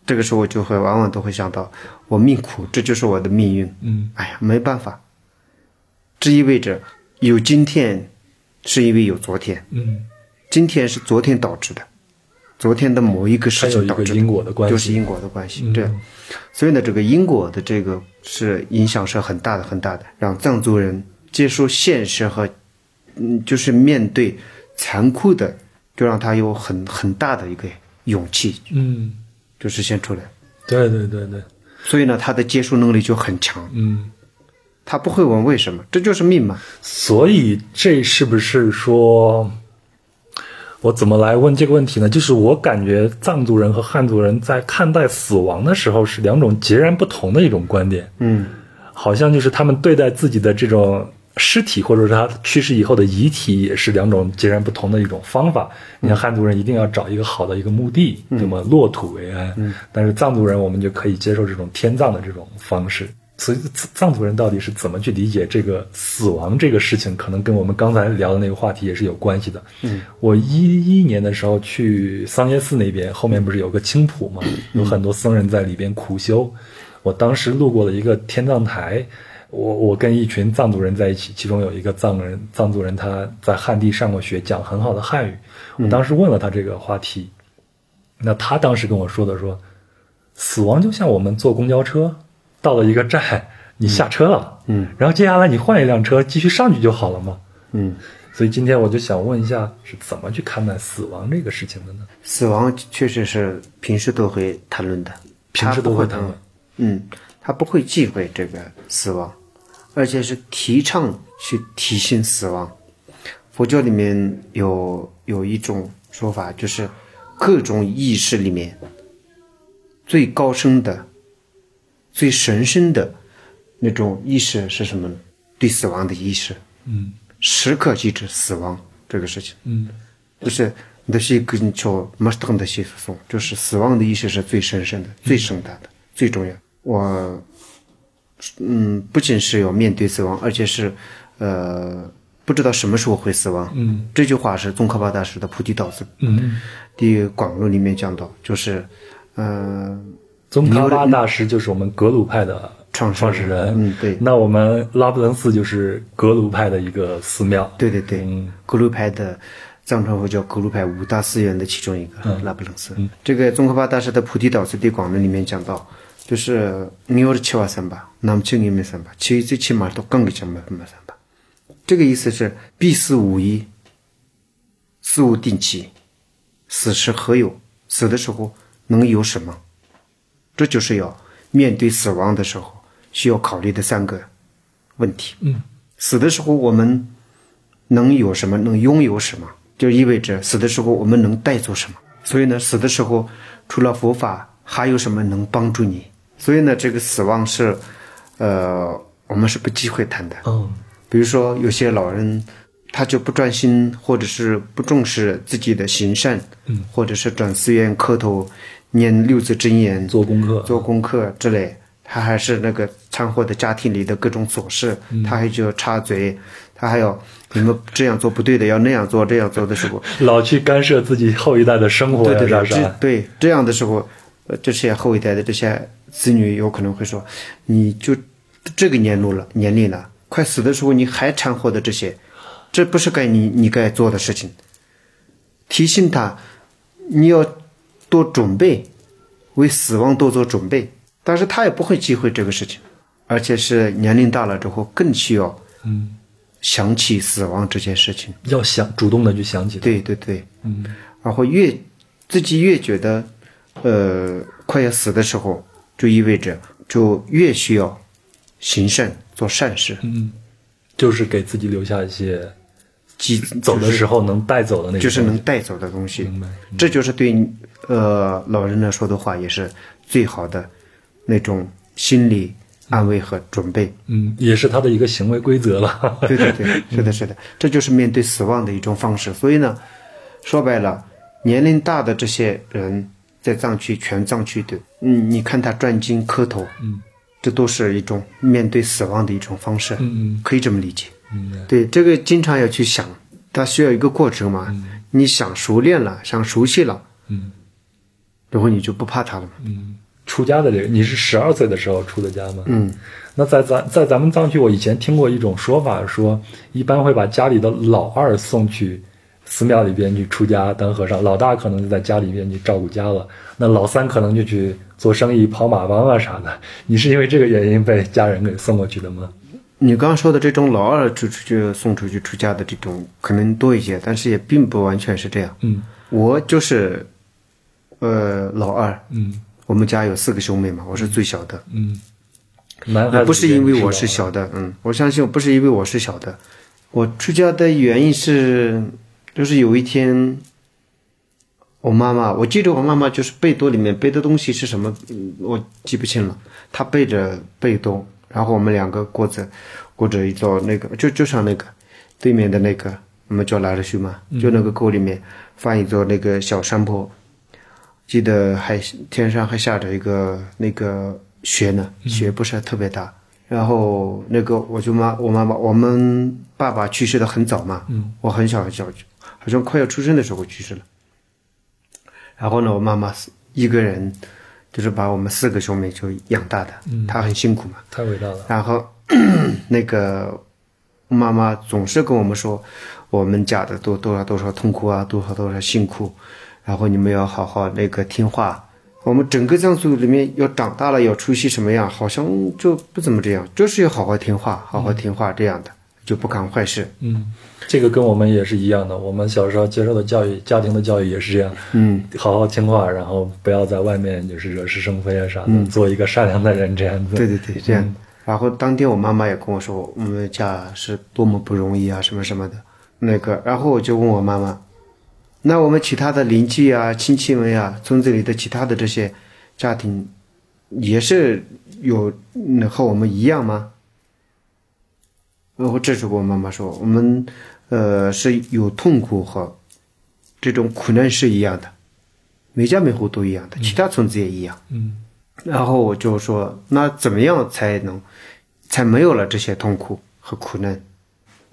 S2: 这个时候我就会往往都会想到我命苦，这就是我的命运。
S1: 嗯，
S2: 哎呀，没办法，这意味着有今天，是因为有昨天。
S1: 嗯，
S2: 今天是昨天导致的，昨天的某一个
S1: 它有
S2: 事情
S1: 一
S2: 导
S1: 个
S2: 致
S1: 因
S2: 的，
S1: 果的关
S2: 就
S1: 系。嗯
S2: 是因果的关系。对，所以呢，这个因果的这个是影响是很大的，很大的，让藏族人接受现实和，嗯，就是面对残酷的，就让他有很很大的一个勇气，
S1: 嗯，
S2: 就是先出来。
S1: 对对对对，
S2: 所以呢，他的接受能力就很强，
S1: 嗯。
S2: 他不会问为什么，这就是命嘛。
S1: 所以这是不是说，我怎么来问这个问题呢？就是我感觉藏族人和汉族人在看待死亡的时候是两种截然不同的一种观点，
S2: 嗯
S1: 好像就是他们对待自己的这种尸体，或者说他去世以后的遗体，也是两种截然不同的一种方法。你看汉族人一定要找一个好的一个墓地，那么落土为安，但是藏族人我们就可以接受这种天葬的这种方式。所以藏藏族人到底是怎么去理解这个死亡这个事情，可能跟我们刚才聊的那个话题也是有关系的。嗯，我一一年的时候去桑耶寺那边，后面不是有个青浦嘛，有很多僧人在里边苦修。我当时路过了一个天葬台，我我跟一群藏族人在一起，其中有一个藏人藏族人他在汉地上过学，讲很好的汉语。我当时问了他这个话题，那他当时跟我说的说，死亡就像我们坐公交车，到了一个站，你下车了，
S2: 嗯，
S1: 然后接下来你换一辆车继续上去就好了嘛。
S2: 嗯。
S1: 所以今天我就想问一下，是怎么去看待死亡这个事情的呢？
S2: 死亡确实是平时都会谈论的，
S1: 平时都会谈
S2: 他不
S1: 论
S2: 会。嗯，他不会忌讳这个死亡，而且是提倡去提醒死亡。佛教里面有有一种说法，就是各种意识里面最高深的、最神圣的那种意识是什么呢？对死亡的意识，
S1: 嗯
S2: 时刻记着死亡这个事情。
S1: 嗯
S2: 就是那些跟叫 mustang 的些送，就是死亡的意识是最神圣的、
S1: 嗯
S2: 最盛大的、最重要。我，嗯，不仅是要面对死亡，而且是，呃，不知道什么时候会死亡。
S1: 嗯，
S2: 这句话是宗喀巴大师的《菩提道次
S1: 嗯，
S2: 第广论》里面讲到，就是，嗯、
S1: 宗喀巴大师就是我们格鲁派的
S2: 创始人
S1: 创始人。
S2: 嗯对
S1: 那我们拉卜楞寺就是格鲁派的一个寺庙。
S2: 对对对，
S1: 嗯
S2: 格鲁派的藏传佛教格鲁派五大寺院的其中一个、拉卜楞寺。这个宗喀巴大师的《菩提导师地广论》里面讲到，就是尼尔七瓦三巴，南无七尼米三巴，其余最起码都更个讲没没三巴。这个意思是必死无疑，死无定期，死时何有？死的时候能有什么？这就是要面对死亡的时候需要考虑的三个问题。
S1: 嗯，
S2: 死的时候我们能有什么？能拥有什么？就意味着死的时候我们能带走什么？所以呢，死的时候除了佛法，还有什么能帮助你？所以呢，这个死亡是，呃，我们是不忌讳谈的。
S1: 嗯
S2: 比如说有些老人，他就不专心，或者是不重视自己的行善，
S1: 嗯，
S2: 或者是转寺院磕头、念六字真言、
S1: 做功课，
S2: 做功课之类，他还是那个掺和的家庭里的各种琐事，
S1: 嗯
S2: 他还就插嘴，他还要你们这样做不对的，要那样做，这样做的时候，
S1: 老去干涉自己后一代的生活
S2: 对
S1: 呀，
S2: 对
S1: 啥
S2: 对，这
S1: 啥，
S2: 对这样的时候，呃，这些后一代的这些子女有可能会说，你就这个年龄了，年龄了，快死的时候你还掺和的这些，这不是该你你该做的事情。提醒他，你要多准备，为死亡多做准备。但是他也不会忌讳这个事情，而且是年龄大了之后更需要，嗯，想起死亡这件事情。
S1: 要想主动的去想起它。
S2: 对对对，嗯，然后越自己越觉得，呃，快要死的时候，就意味着就越需要行善做善事，
S1: 就是给自己留下一些
S2: 积
S1: 走的时候能带走的那个，
S2: 就是能带走的东西。这就是对呃老人来说的话，也是最好的那种心理安慰和准备。
S1: 嗯，也是他的一个行为规则了。
S2: 对对对，是的，是的，这就是面对死亡的一种方式。所以呢，说白了，年龄大的这些人在藏区、全藏区的，嗯，你看他转经磕头，嗯，这都是一种面对死亡的一种方式，
S1: 嗯
S2: 可以这么理解。
S1: 嗯，
S2: 对，这个经常要去想，它需要一个过程嘛。你想熟练了，想熟悉了，
S1: 嗯，
S2: 然后你就不怕它了嘛。
S1: 出家的这个，你是十二岁的时候出的家吗？
S2: 嗯，
S1: 那在咱在咱们藏区，我以前听过一种说法，说一般会把家里的老二送去寺庙里边去出家当和尚，老大可能就在家里边去照顾家了，那老三可能就去做生意、跑马帮啊啥的。你是因为这个原因被家人给送过去的吗？
S2: 你刚刚说的这种老二出出去送出去出家的这种可能多一些，但是也并不完全是这样。
S1: 嗯
S2: 我就是，呃，老二。
S1: 嗯
S2: 我们家有四个兄妹嘛，我是最小的。
S1: 嗯，男孩子
S2: 也呃不是因为我
S1: 里边
S2: 是
S1: 你老
S2: 小的，嗯，我相信不是因为我是小的。我出家的原因是，就是有一天，我妈妈，我记得我妈妈就是背兜里面背的东西是什么，嗯我记不清了。她背着背兜，然后我们两个过着过着一座那个，就就像那个对面的那个，我们叫拉日须嘛，
S1: 嗯
S2: 就那个沟里面放一座那个小山坡，记得还天上还下着一个那个雪呢，雪不是特别大。然后那个我舅妈，我妈妈，我们爸爸去世的很早嘛，
S1: 嗯
S2: 我很小很小，好像快要出生的时候去世了。然后呢，我妈妈一个人就是把我们四个兄妹就养大的，她很辛苦嘛。
S1: 太伟大了。
S2: 然后 那个妈妈总是跟我们说，我们家的多多少多少痛苦啊，多少多少辛苦，然后你们要好好那个听话。我们整个藏族里面要长大了要出息什么样，好像就不怎么这样，就是要好好听话，好好听话这样的，就不干坏事。
S1: 嗯，这个跟我们也是一样的。我们小时候接受的教育，家庭的教育也是这样，
S2: 嗯，
S1: 好好听话，然后不要在外面就是惹是生非啊啥的，做一个善良的人这样子。
S2: 嗯对对对，这样。然后当天我妈妈也跟我说，我们家是多么不容易啊，什么什么的。那个，然后我就问我妈妈，那我们其他的邻居啊、亲戚们呀、村子里的其他的这些家庭，也是有嗯和我们一样吗？然后这时候我妈妈说，我们呃是有痛苦和这种苦难是一样的，每家每户都一样的，其他村子也一样。
S1: 嗯
S2: 然后我就说，那怎么样才能，才没有了这些痛苦和苦难？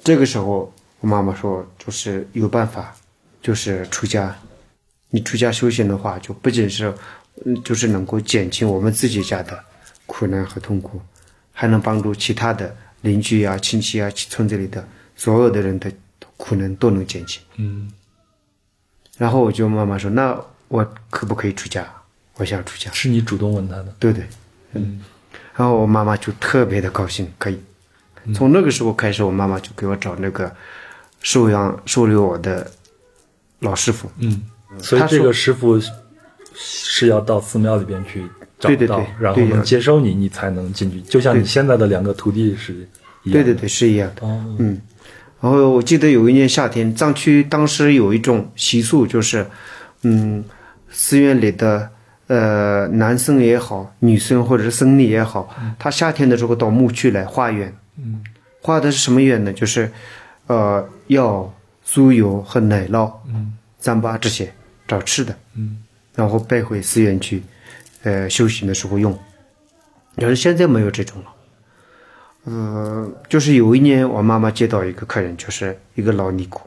S2: 这个时候，我妈妈说，就是有办法，就是出家。你出家修行的话，就不仅是，嗯就是能够减轻我们自己家的苦难和痛苦，还能帮助其他的邻居啊、亲戚啊、村子里的所有的人的苦难都能减轻。
S1: 嗯
S2: 然后我就妈妈说，那我可不可以出家？我想出家。
S1: 是你主动问他的。
S2: 对对，嗯。然后我妈妈就特别的高兴，可以。从那个时候开始，我妈妈就给我找那个收养收留我的老师傅。
S1: 嗯嗯，所以这个师傅是要到寺庙里边去找到，
S2: 对对对
S1: 然后
S2: 对
S1: 能
S2: 呀
S1: 接收你，你才能进去。就像你现在的两个徒弟是一样
S2: 对
S1: 的。
S2: 对对，是一样的。
S1: 哦，
S2: 嗯，然后我记得有一年夏天，藏区当时有一种习俗，就是，嗯，寺院里的呃男生也好，女生或者是僧侣也好，他夏天的时候到牧区来化缘。嗯，化的是什么缘呢？就是，呃，药、酥油和奶酪、嗯，糌粑这些找吃的。
S1: 嗯，
S2: 然后带回寺院去，呃，修行的时候用。但是现在没有这种了。呃，就是有一年我妈妈接到一个客人，就是一个老尼姑，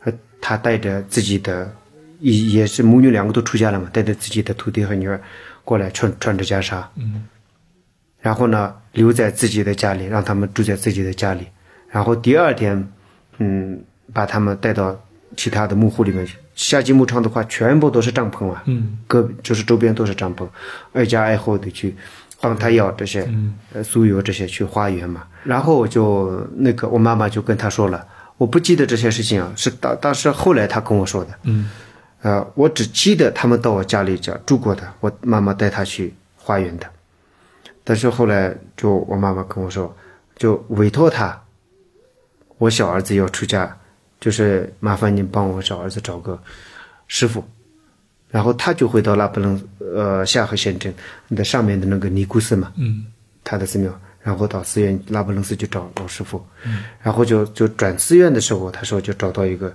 S2: 她她带着自己的，也也是母女两个都出家了嘛，带着自己的徒弟和女儿过来穿穿着袈裟，
S1: 嗯，
S2: 然后呢留在自己的家里，让他们住在自己的家里，然后第二天，嗯，把他们带到其他的木户里面去。夏季牧场的话，全部都是帐篷啊，
S1: 嗯，
S2: 各就是周边都是帐篷，挨家挨户的去帮他要这些，呃，酥油这些去花园嘛。然后我就那个我妈妈就跟他说了，我不记得这些事情啊，是当当时后来他跟我说的，
S1: 嗯，
S2: 呃，我只记得他们到我家里家住过的，我妈妈带他去花园的，但是后来就我妈妈跟我说，就委托他，我小儿子要出家，就是麻烦您帮我小儿子找个师傅。然后他就回到拉卜楞呃下河县城的上面的那个尼姑寺嘛，
S1: 嗯，
S2: 他的寺庙，然后到寺院拉卜楞寺去找老师傅，然后就就转寺院的时候，他说就找到一个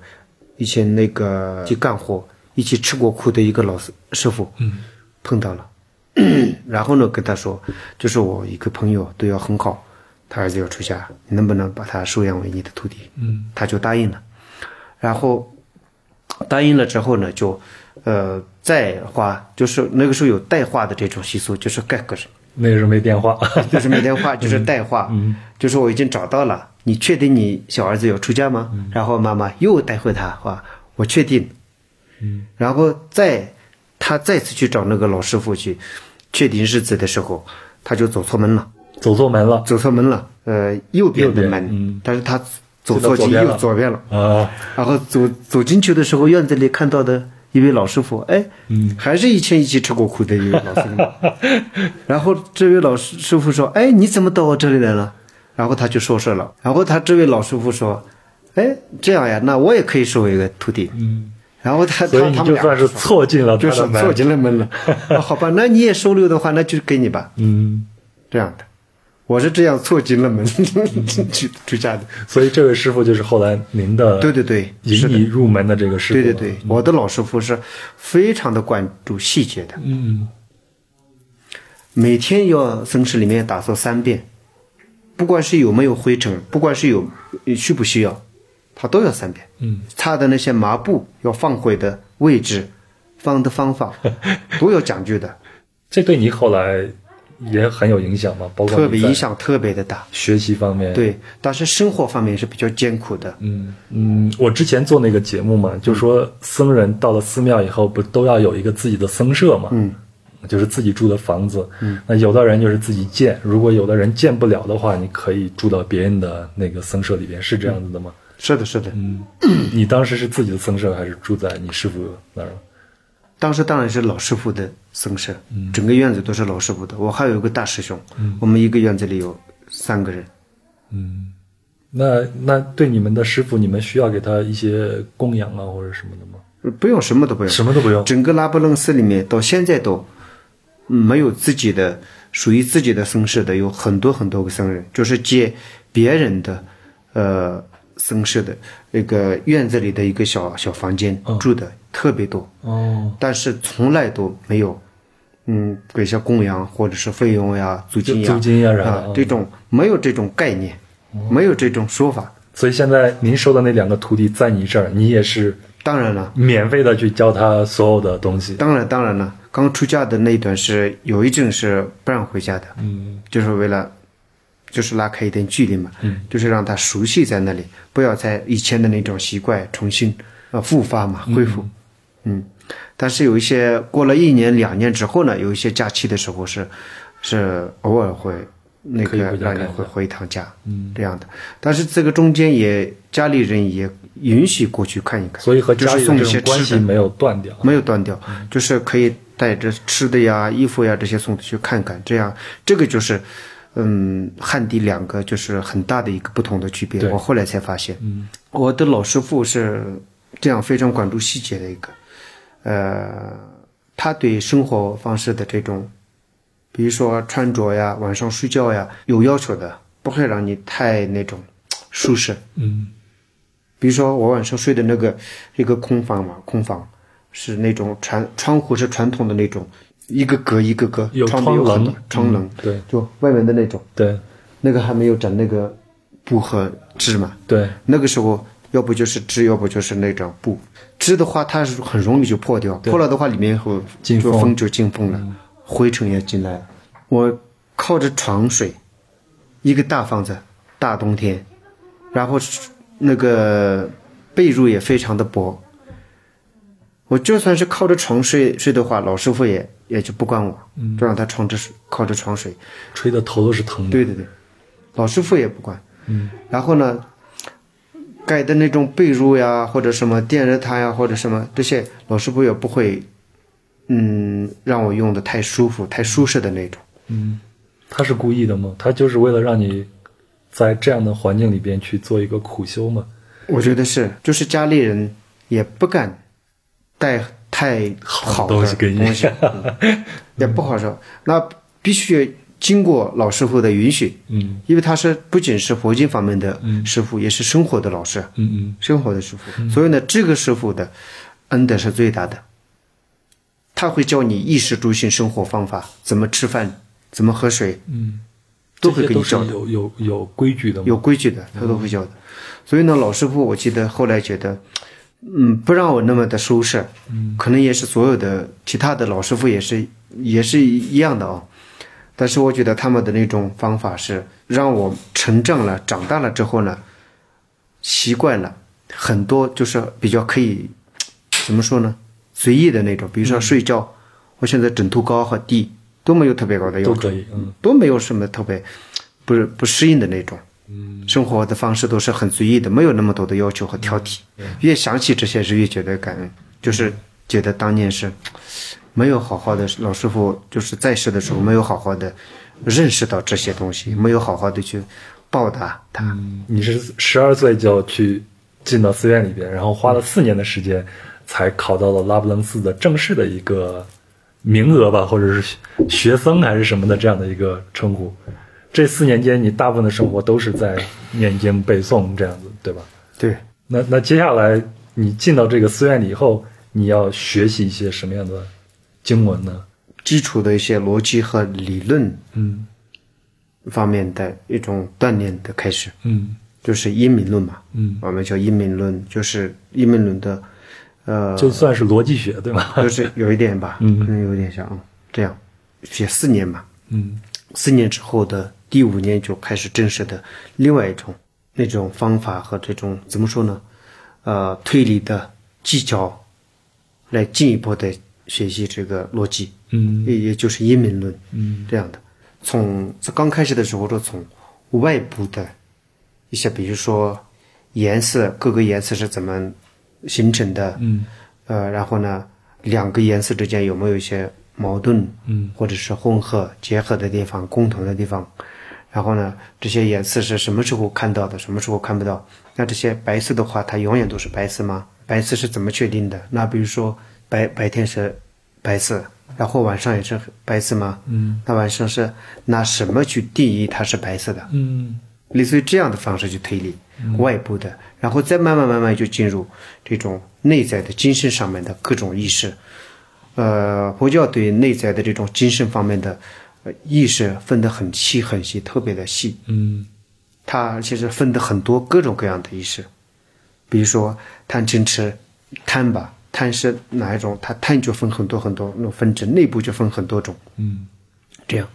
S2: 以前那个去干活一起吃过苦的一个老师师傅，嗯，碰到了， 然后呢跟他说，就是我一个朋友对我很好，他儿子要出家，你能不能把他收养为你的徒弟？嗯，他就答应了，然后答应了之后呢，就呃再花，就是那个时候有代化的这种习俗，就是盖个人。
S1: 那个时候没电话，
S2: 就是每天
S1: 嗯
S2: 画，就是代画，就是我已经找到了，你确定你小儿子有出家吗？
S1: 嗯
S2: 然后妈妈又带回他画，我确定，
S1: 嗯
S2: 然后再他再次去找那个老师傅去确定日子的时候，他就走错门了，
S1: 走错门了
S2: 走错门了，呃，右边
S1: 右
S2: 的
S1: 边
S2: 门，
S1: 嗯
S2: 但是他
S1: 走
S2: 走
S1: 到左
S2: 错进
S1: 边
S2: 右
S1: 了
S2: 左边了，
S1: 啊！
S2: 然后走走进去的时候，院子里看到的一位老师傅，哎，嗯，还是以前一起吃过苦的一位老师 傅。然后这位老师师傅说：“哎，你怎么到我这里来了？”然后他就说事了。然后他这位老师傅说：“哎，这样呀，那我也可以收一个徒弟。”嗯，然后他
S1: 所以
S2: 他
S1: 你
S2: 他们
S1: 就
S2: 俩
S1: 算是错进了
S2: 就
S1: 他
S2: 是
S1: 的门，
S2: 错进 了门了。啊好吧，那你也收留的话，那就给你吧。
S1: 嗯，
S2: 这样的，我是这样错进了门 去出家的。
S1: 所以这位师傅就是后来您的
S2: 对对对，
S1: 嗯引你入门的这个师傅，
S2: 对对对，，我的老师傅是非常的关注细节的，
S1: 嗯，
S2: 每天要僧室里面打扫三遍，不管是有没有灰尘，不管是有呃需不需要，他都要三遍。
S1: 嗯，
S2: 擦的那些麻布要放回的位置，放的 方法都有讲究的，
S1: 这对你后来也很有影响嘛，包括
S2: 特别
S1: 你在
S2: 影响特别的大。
S1: 学习方面，
S2: 对，但是生活方面是比较艰苦的。
S1: 嗯嗯，我之前做那个节目
S2: 嗯
S1: 嘛，就说僧人到了寺庙以后，不都要有一个自己的僧舍嘛，嗯，就是自己住的房子，嗯，那有的人就是自己建，如果有的人建不了的话，你可以住到别人的那个僧舍里边，是这样子 的吗？
S2: 是的，是的。
S1: 嗯，你当时是自己的僧舍，还是住在你师傅那儿了？
S2: 当时当然是老师傅的僧舍，
S1: 嗯
S2: 整个院子都是老师傅的。我还有一个大师兄，我们一个院子里有三个人，
S1: 那那对你们的师傅，你们需要给他一些供养啊，或者什么的吗？
S2: 不用什么都不用，
S1: 什么都不用，
S2: 整个拉卜楞寺里面到现在都没有自己的属于自己的僧舍的，有很多很多个僧人，就是借别人的呃僧舍的那个院子里的一个小小房间
S1: 嗯
S2: 住的特别多，
S1: 哦，
S2: 但是从来都没有，嗯，给一些供养或者是费用呀、租金呀、
S1: 就租金呀嗯然后
S2: 啊，这种没有这种概念，
S1: 嗯
S2: 没有这种说法。
S1: 所以现在您收的那两个徒弟在你这儿，你也是
S2: 当然了，
S1: 免费的去教他所有的东西。
S2: 当然当然了，刚出家的那一段是有一阵是不让回家的，
S1: 嗯，
S2: 就是为了。就是拉开一点距离嘛，就是让他熟悉在那里，不要在以前的那种习惯重新呃复发嘛，恢复。嗯，但是有一些过了一年两年之后呢，有一些假期的时候是是偶尔会那
S1: 可以
S2: 个
S1: 回家
S2: 让你
S1: 看一
S2: 回
S1: 下
S2: 回一趟家，嗯，这样的。但是这个中间也家里人也允许过去看一看，
S1: 所以和家里
S2: 就
S1: 的
S2: 是送一
S1: 这
S2: 些
S1: 种关
S2: 吃
S1: 系
S2: 的，嗯
S1: 没有断掉。
S2: 没有断掉，就是可以带着吃的呀、衣服呀这些送去看看，这样这个就是。嗯，汉地两个就是很大的一个不同的区别。
S1: 对
S2: 我后来才发现，嗯，我的老师傅是这样非常关注细节的一个，呃，他对生活方式的这种比如说穿着呀、晚上睡觉呀，有要求的，不会让你太那种舒适。
S1: 嗯，
S2: 比如说我晚上睡的那个一个空房嘛，空房是那种传窗户是传统的那种，一个隔一个隔，
S1: 有
S2: 窗
S1: 窗
S2: 帘有
S1: 棱
S2: 很
S1: 嗯
S2: 多窗棱，
S1: 对
S2: 就外面的那种，
S1: 对
S2: 那个还没有整那个布和织嘛，
S1: 对，
S2: 那个时候要不就是织，要不就是那种布。织的话，它是很容易就破掉，破了的话里面会
S1: 进
S2: 就
S1: 风
S2: 风就进风了，灰尘也进来了。我靠着床睡，一个大房子，大冬天，然后是那个被褥也非常的薄。我就算是靠着床睡睡的话，老师傅也也就不管我，就让他床着睡靠着床睡。
S1: 吹的头都是疼的。
S2: 对对对，老师傅也不管。嗯。然后呢，盖的那种被褥呀，或者什么电热毯呀，或者什么这些，老师傅也不会，嗯，让我用的太舒服、太舒适的那种。
S1: 他是故意的吗？他就是为了让你在这样的环境里边去做一个苦修吗？
S2: 我觉得是，就是家里人也不敢带太
S1: 好
S2: 好
S1: 东
S2: 的
S1: 西给你
S2: 东西 嗯也不好说。那必须经过老师傅的允许，
S1: 嗯
S2: 因为他是不仅是佛经方面的师傅，也是生活的老师。
S1: 嗯嗯，
S2: 生活的师傅。所以呢，这个师傅的恩德是最大的，他会教你衣食住行生活方法，怎么吃饭，怎么喝水，嗯，都会
S1: 这些
S2: 给你
S1: 都是
S2: 教的，
S1: 有有有规矩的吗？
S2: 有规矩的，他都会教的。所以呢，老师傅我记得后来觉得。嗯，不让我那么的舒适，嗯，可能也是所有的其他的老师傅也是也是一样的啊、但是我觉得他们的那种方法是让我成长了、长大了之后呢，习惯了很多，就是比较可以怎么说呢，随意的那种。
S1: 嗯
S2: 比如说睡觉，我现在枕头高和低都没有特别高的要
S1: 都
S2: 求，
S1: 可以。嗯，
S2: 都没有什么特别不是不适应的那种。嗯，生活的方式都是很随意的，没有那么多的要求和挑剔。越想起这些事，越觉得感恩，就是觉得当年是没有好好的老师傅，就是在世的时候没有好好的认识到这些东西，没有好好的去报答他。
S1: 你是十二岁就去进到寺院里边，然后花了四年的时间才考到了拉卜楞寺的正式的一个名额吧，或者是学学僧还是什么的这样的一个称呼。这四年间，你大部分的生活都是在念经背诵这样子，对吧？
S2: 对，
S1: 那那接下来你进到这个寺院里以后，你要学习一些什么样的经文呢？
S2: 基础的一些逻辑和理论
S1: 嗯
S2: 方面的一种锻炼的开始，
S1: 嗯
S2: 就是阴明论嘛，
S1: 嗯，
S2: 我们叫阴明论，就是阴明论的，呃，
S1: 就算是逻辑学对吧？
S2: 就是有一点吧，嗯，可能有点像啊，这样学四年嘛，
S1: 嗯
S2: 四年之后的第五年就开始正式的另外一种那种方法和这种怎么说呢？呃，推理的技巧，来进一步的学习这个逻辑，
S1: 嗯
S2: 也也就是阴明论，
S1: 嗯，
S2: 这样的。从这刚开始的时候，就从外部的一些，比如说颜色，各个颜色是怎么形成的，
S1: 嗯
S2: 呃，然后呢，两个颜色之间有没有一些矛盾，
S1: 嗯，
S2: 或者是混合、结合的地方、共同的地方？然后呢，这些颜色是什么时候看到的，什么时候看不到？那这些白色的话，它永远都是白色吗？白色是怎么确定的？那比如说白白天是白色，然后晚上也是白色吗？
S1: 嗯，
S2: 那晚上是拿什么去定义它是白色的？
S1: 嗯
S2: 类似于这样的方式去推理、外部的，然后再慢慢慢慢就进入这种内在的精神上面的各种意识。呃，佛教对内在的这种精神方面的呃意识分得很细很细，特别的细。
S1: 嗯
S2: 它其实分得很多各种各样的意识，比如说贪嗔痴，贪吧，贪是哪一种？它贪就分很多很多那种分支，内部就分很多种。
S1: 嗯
S2: 这样，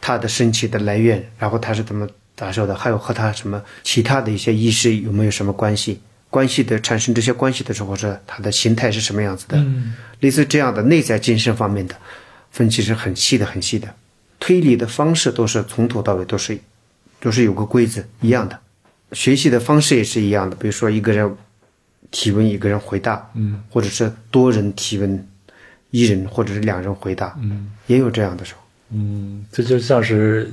S2: 它的升起的来源，然后它是怎么打受的，还有和它什么其他的一些意识有没有什么关系？关系的产生这些关系的时候是它的形态是什么样子的？
S1: 嗯
S2: 类似这样的内在精神方面的分析是很细的、很细的。推理的方式都是从头到尾都是都是有个规则一样的，学习的方式也是一样的。比如说一个人提问，一个人回答，嗯，或者是多人提问，一人或者是两人回答，嗯，也有这样的时候。
S1: 嗯，这就像是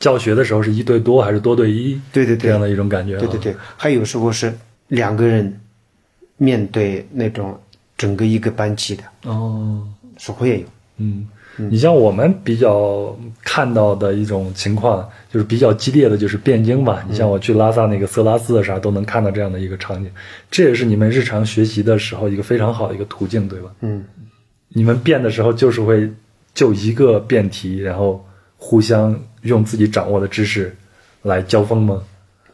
S1: 教学的时候是一对多还是多对一？
S2: 对对对
S1: 这样的一种感觉、啊。
S2: 对对对，还有时候是两个人面对那种整个一个班级的
S1: 哦，
S2: 时候也有。
S1: 嗯，你像我们比较看到的一种情况，就是比较激烈的，就是辩经吧。
S2: 嗯
S1: 你像我去拉萨那个色拉寺啥，都能看到这样的一个场景。这也是你们日常学习的时候一个非常好的一个途径，对吧？
S2: 嗯，
S1: 你们辩的时候就是会就一个辩题，然后互相用自己掌握的知识来交锋吗？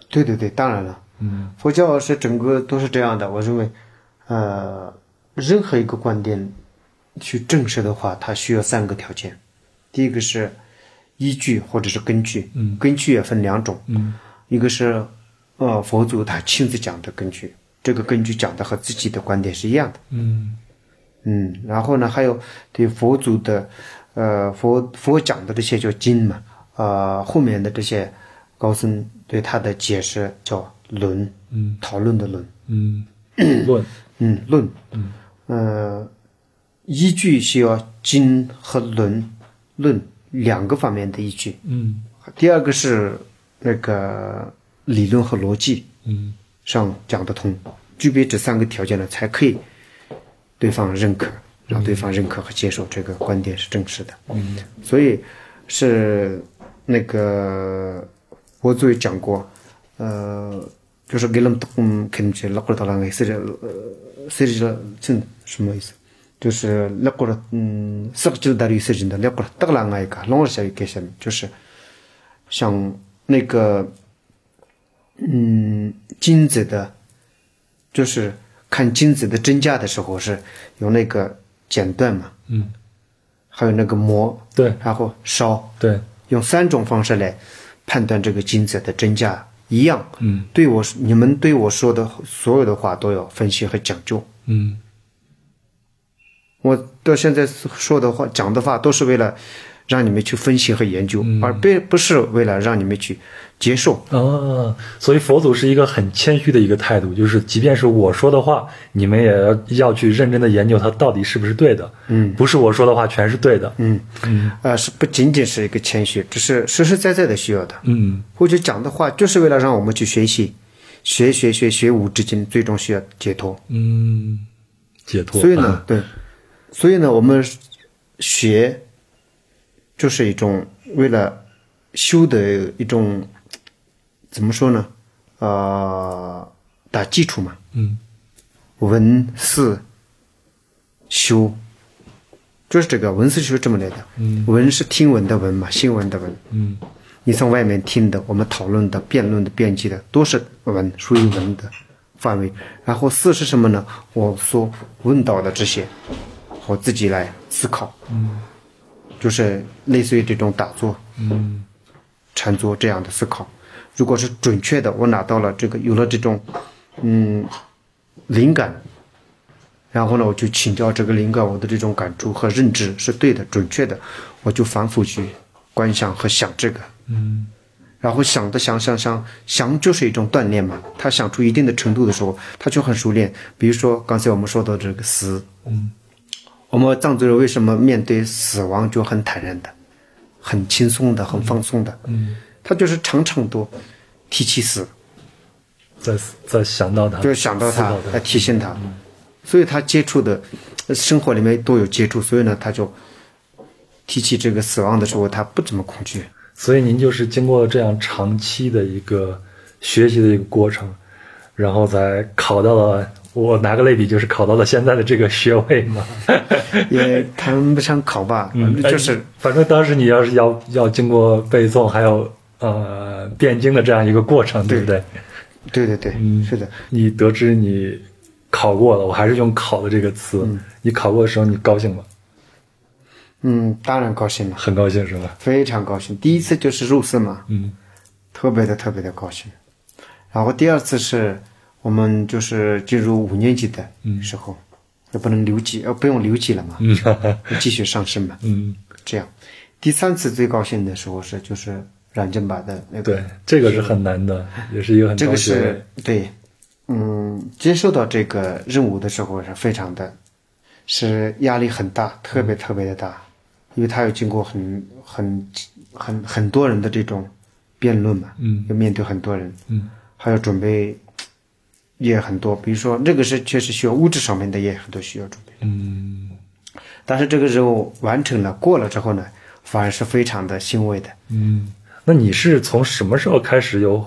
S2: 对对对，当然了，
S1: 嗯，
S2: 佛教是整个都是这样的。我认为，呃，任何一个观点去证实的话，它需要三个条件。第一个是依据或者是根据，
S1: 嗯
S2: 根据也分两种，
S1: 嗯，
S2: 一个是呃佛祖他亲自讲的根据，这个根据讲的和自己的观点是一样的，
S1: 嗯
S2: 嗯，然后呢，还有对佛祖的，呃，佛佛讲的这些叫经嘛，呃，后面的这些高僧对他的解释叫论，
S1: 嗯，
S2: 讨论的论，
S1: 嗯， 论
S2: 嗯，论，嗯，呃，依据是要经和论，论两个方面的依据，
S1: 嗯
S2: 第二个是那个理论和逻辑
S1: 嗯
S2: 上讲得通，具备这三个条件呢，才可以对方认可，让对方认可和接受这个观点是正式的。
S1: 嗯
S2: 所以是那个我作为讲过，呃，就是给他们嗯，肯定是拉过到那个谁呃，谁是真什么意思？就是呃拉过嗯，实际的有谁真的拉过得了那一个，老是给什么？就是像那个嗯，金子的，就是看金子的真假的时候是有那个剪断嘛，
S1: 嗯，
S2: 还有那个磨，
S1: 对
S2: 然后烧，
S1: 对，
S2: 用三种方式来判断这个金子的真假一样。
S1: 嗯，
S2: 对我你们对我说的所有的话都要分析和讲究。
S1: 嗯
S2: 我到现在说的话、讲的话都是为了让你们去分析和研究，
S1: 嗯
S2: 而并不是为了让你们去接受。
S1: 啊，所以佛祖是一个很谦虚的一个态度，就是即便是我说的话，你们也要要去认真的研究它到底是不是对的。嗯，不是我说的话全是对的。嗯
S2: 呃，是不仅仅是一个谦虚，只是实实在在的需要的。
S1: 嗯
S2: 或者讲的话，就是为了让我们去学习，学学学学无止境，最终需要解脱。
S1: 嗯，解脱。
S2: 所以呢，对，所以呢，我们学就是一种为了修的一种怎么说呢？呃，打基础嘛，
S1: 嗯
S2: 文思修，就是这个文思修这么来的。文是听闻的文嘛，新闻的文。
S1: 嗯
S2: 你从外面听的，我们讨论的、辩论的、辩解的，都是文，属于文的范围。然后四是什么呢？我所问到的这些，我自己来思考，
S1: 嗯
S2: 就是类似于这种打坐、
S1: 嗯
S2: 禅坐这样的思考。如果是准确的，我拿到了这个，有了这种，嗯，灵感，然后呢，我就请教这个灵感，我的这种感触和认知是对的、准确的，我就反复去观想和想这个，
S1: 嗯
S2: 然后想的想想想想就是一种锻炼嘛。他想出一定的程度的时候，他就很熟练。比如说刚才我们说到这个死，
S1: 嗯，
S2: 我们藏族人为什么面对死亡就很坦然的，很轻松的，很放松的？
S1: 嗯，
S2: 他就是常常都提起死，
S1: 再再想到它，
S2: 就是想到
S1: 思
S2: 他
S1: 考它
S2: 来提醒他，所以他接触的呃生活里面都有接触，所以呢，他就提起这个死亡的时候，他不怎么恐惧。
S1: 所以您就是经过这样长期的一个学习的一个过程，然后才考到了。我拿个类比，就是考到了现在的这个学位嘛。
S2: 也谈不上考吧，
S1: 嗯，
S2: 就是
S1: 哎反正当时你要是要要经过背诵，还有呃辩经的这样一个过程，对不对？
S2: 对对对，
S1: 嗯
S2: 是的。
S1: 你得知你考过了，我还是用“考”的这个词。你考过的时候，你高兴吗？
S2: 嗯，当然高兴了，
S1: 很高兴是吧？
S2: 非常高兴。第一次就是入寺嘛，
S1: 嗯
S2: 特别的特别的高兴。然后第二次是我们就是进入五年级的时候，也不能留级，呃，不用留级了嘛，
S1: 嗯嗯
S2: 继续上升嘛，
S1: 嗯
S2: 这样。第三次最高兴的时候是就是染正把的那个，
S1: 对，这个是很难的，也是一个很
S2: 这
S1: 高
S2: 个
S1: 学位
S2: 是。对，嗯，接受到这个任务的时候是非常的，是压力很大，特
S1: 嗯
S2: 别特别的大，因为他有经过很很很很多人的这种辩论嘛，
S1: 嗯，
S2: 要面对很多人，
S1: 嗯，
S2: 还要准备也很多，比如说这个是确实需要物质上面的也很多需要准备，
S1: 嗯
S2: 但是这个任务完成了过了之后呢，反而是非常的欣慰的，
S1: 嗯，那你是从什么时候开始有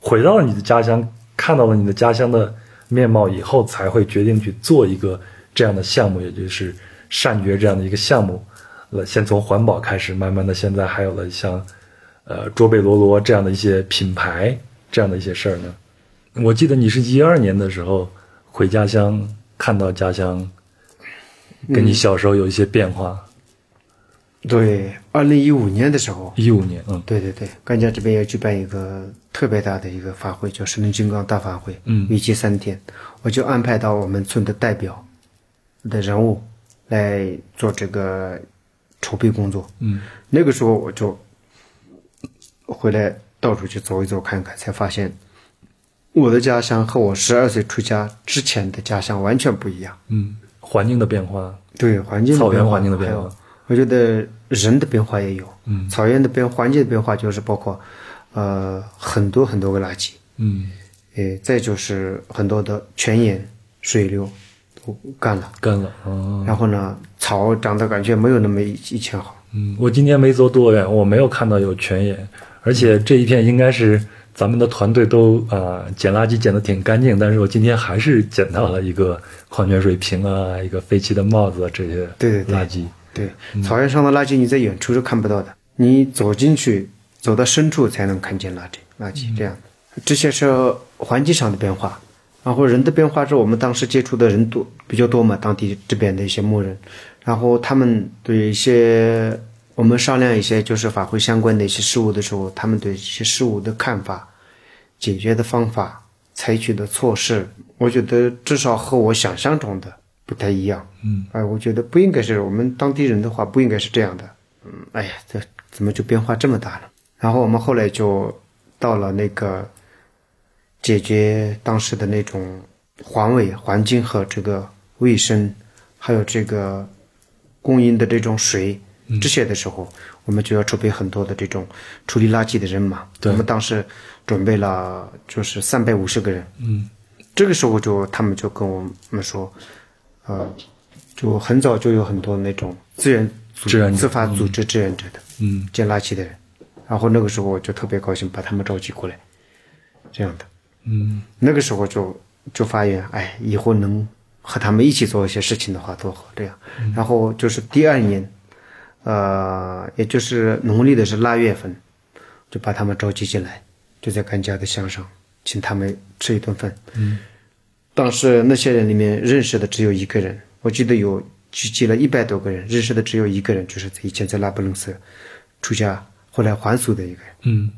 S1: 回到了你的家乡，看到了你的家乡的面貌以后，才会决定去做一个这样的项目，也就是善觉这样的一个项目？呃，先从环保开始，慢慢的，现在还有了像呃卓贝罗罗这样的一些品牌，这样的一些事儿呢？我记得你是一二年的时候回家乡，看到家乡跟你小时候有一些变化。
S2: 对，二零一五年的时候，
S1: 一五年，嗯
S2: 对对对，甘家这边要举办一个特别大的一个法会，叫神灵金刚大法会，
S1: 嗯
S2: 为期三天，我就安排到我们村的代表的人物来做这个筹备工作。
S1: 嗯
S2: 那个时候我就回来到处去走一走看看，才发现我的家乡和我十二岁出家之前的家乡完全不一样。
S1: 嗯，环境的变化，
S2: 对环境的
S1: 草原
S2: 变化
S1: 环境的变化
S2: 还有我觉得人的变化也有。
S1: 嗯
S2: 草原的变环境的变化就是包括，呃，很多很多个垃圾，
S1: 嗯，
S2: 呃，再就是很多的泉眼、水流都干了，
S1: 干了，嗯
S2: 然后呢，草长得感觉没有那么以以前好。
S1: 嗯，我今天没走多远，我没有看到有泉眼，而且这一片应该是咱们的团队都啊、呃捡垃圾捡的挺干净，但是我今天还是捡到了一个矿泉水瓶啊，一个废弃的帽子啊这些
S2: 对对对
S1: 垃圾，
S2: 对，草原上的垃圾你在远处是看不到的，你走进去，走到深处才能看见垃圾，垃圾这样的。这些是环境上的变化，然后人的变化是我们当时接触的人多比较多嘛，当地这边的一些牧人，然后他们对一些我们商量一些就是法会相关的一些事物的时候，他们对一些事物的看法、解决的方法、采取的措施，我觉得至少和我想象中的不太一样。
S1: 嗯，
S2: 哎，我觉得不应该是我们当地人的话，不应该是这样的。嗯，哎呀，这怎么就变化这么大了？然后我们后来就到了那个解决当时的那种环卫、环境和这个卫生，还有这个供应的这种水
S1: 嗯
S2: 这些的时候，我们就要储备很多的这种处理垃圾的人嘛。
S1: 对
S2: 我们当时准备了就是三百五十个人。
S1: 嗯
S2: 这个时候就他们就跟我们说，呃，就很早就有很多那种志愿组
S1: 志愿者
S2: 自发组织志愿者的
S1: 嗯
S2: 捡垃圾的人，然后那个时候我就特别高兴，把他们召集过来，这样的。
S1: 嗯
S2: 那个时候就就发现，哎，以后能和他们一起做一些事情的话，多好这样。然后就是第二年，呃，也就是农历的是腊月份，就把他们召集进来，就在甘家的乡上，请他们吃一顿饭。
S1: 嗯，
S2: 当时那些人里面认识的只有一个人，我记得有聚集了一百多个人，认识的只有一个人，就是以前在拉卜楞寺出家后来还俗的一个人。
S1: 嗯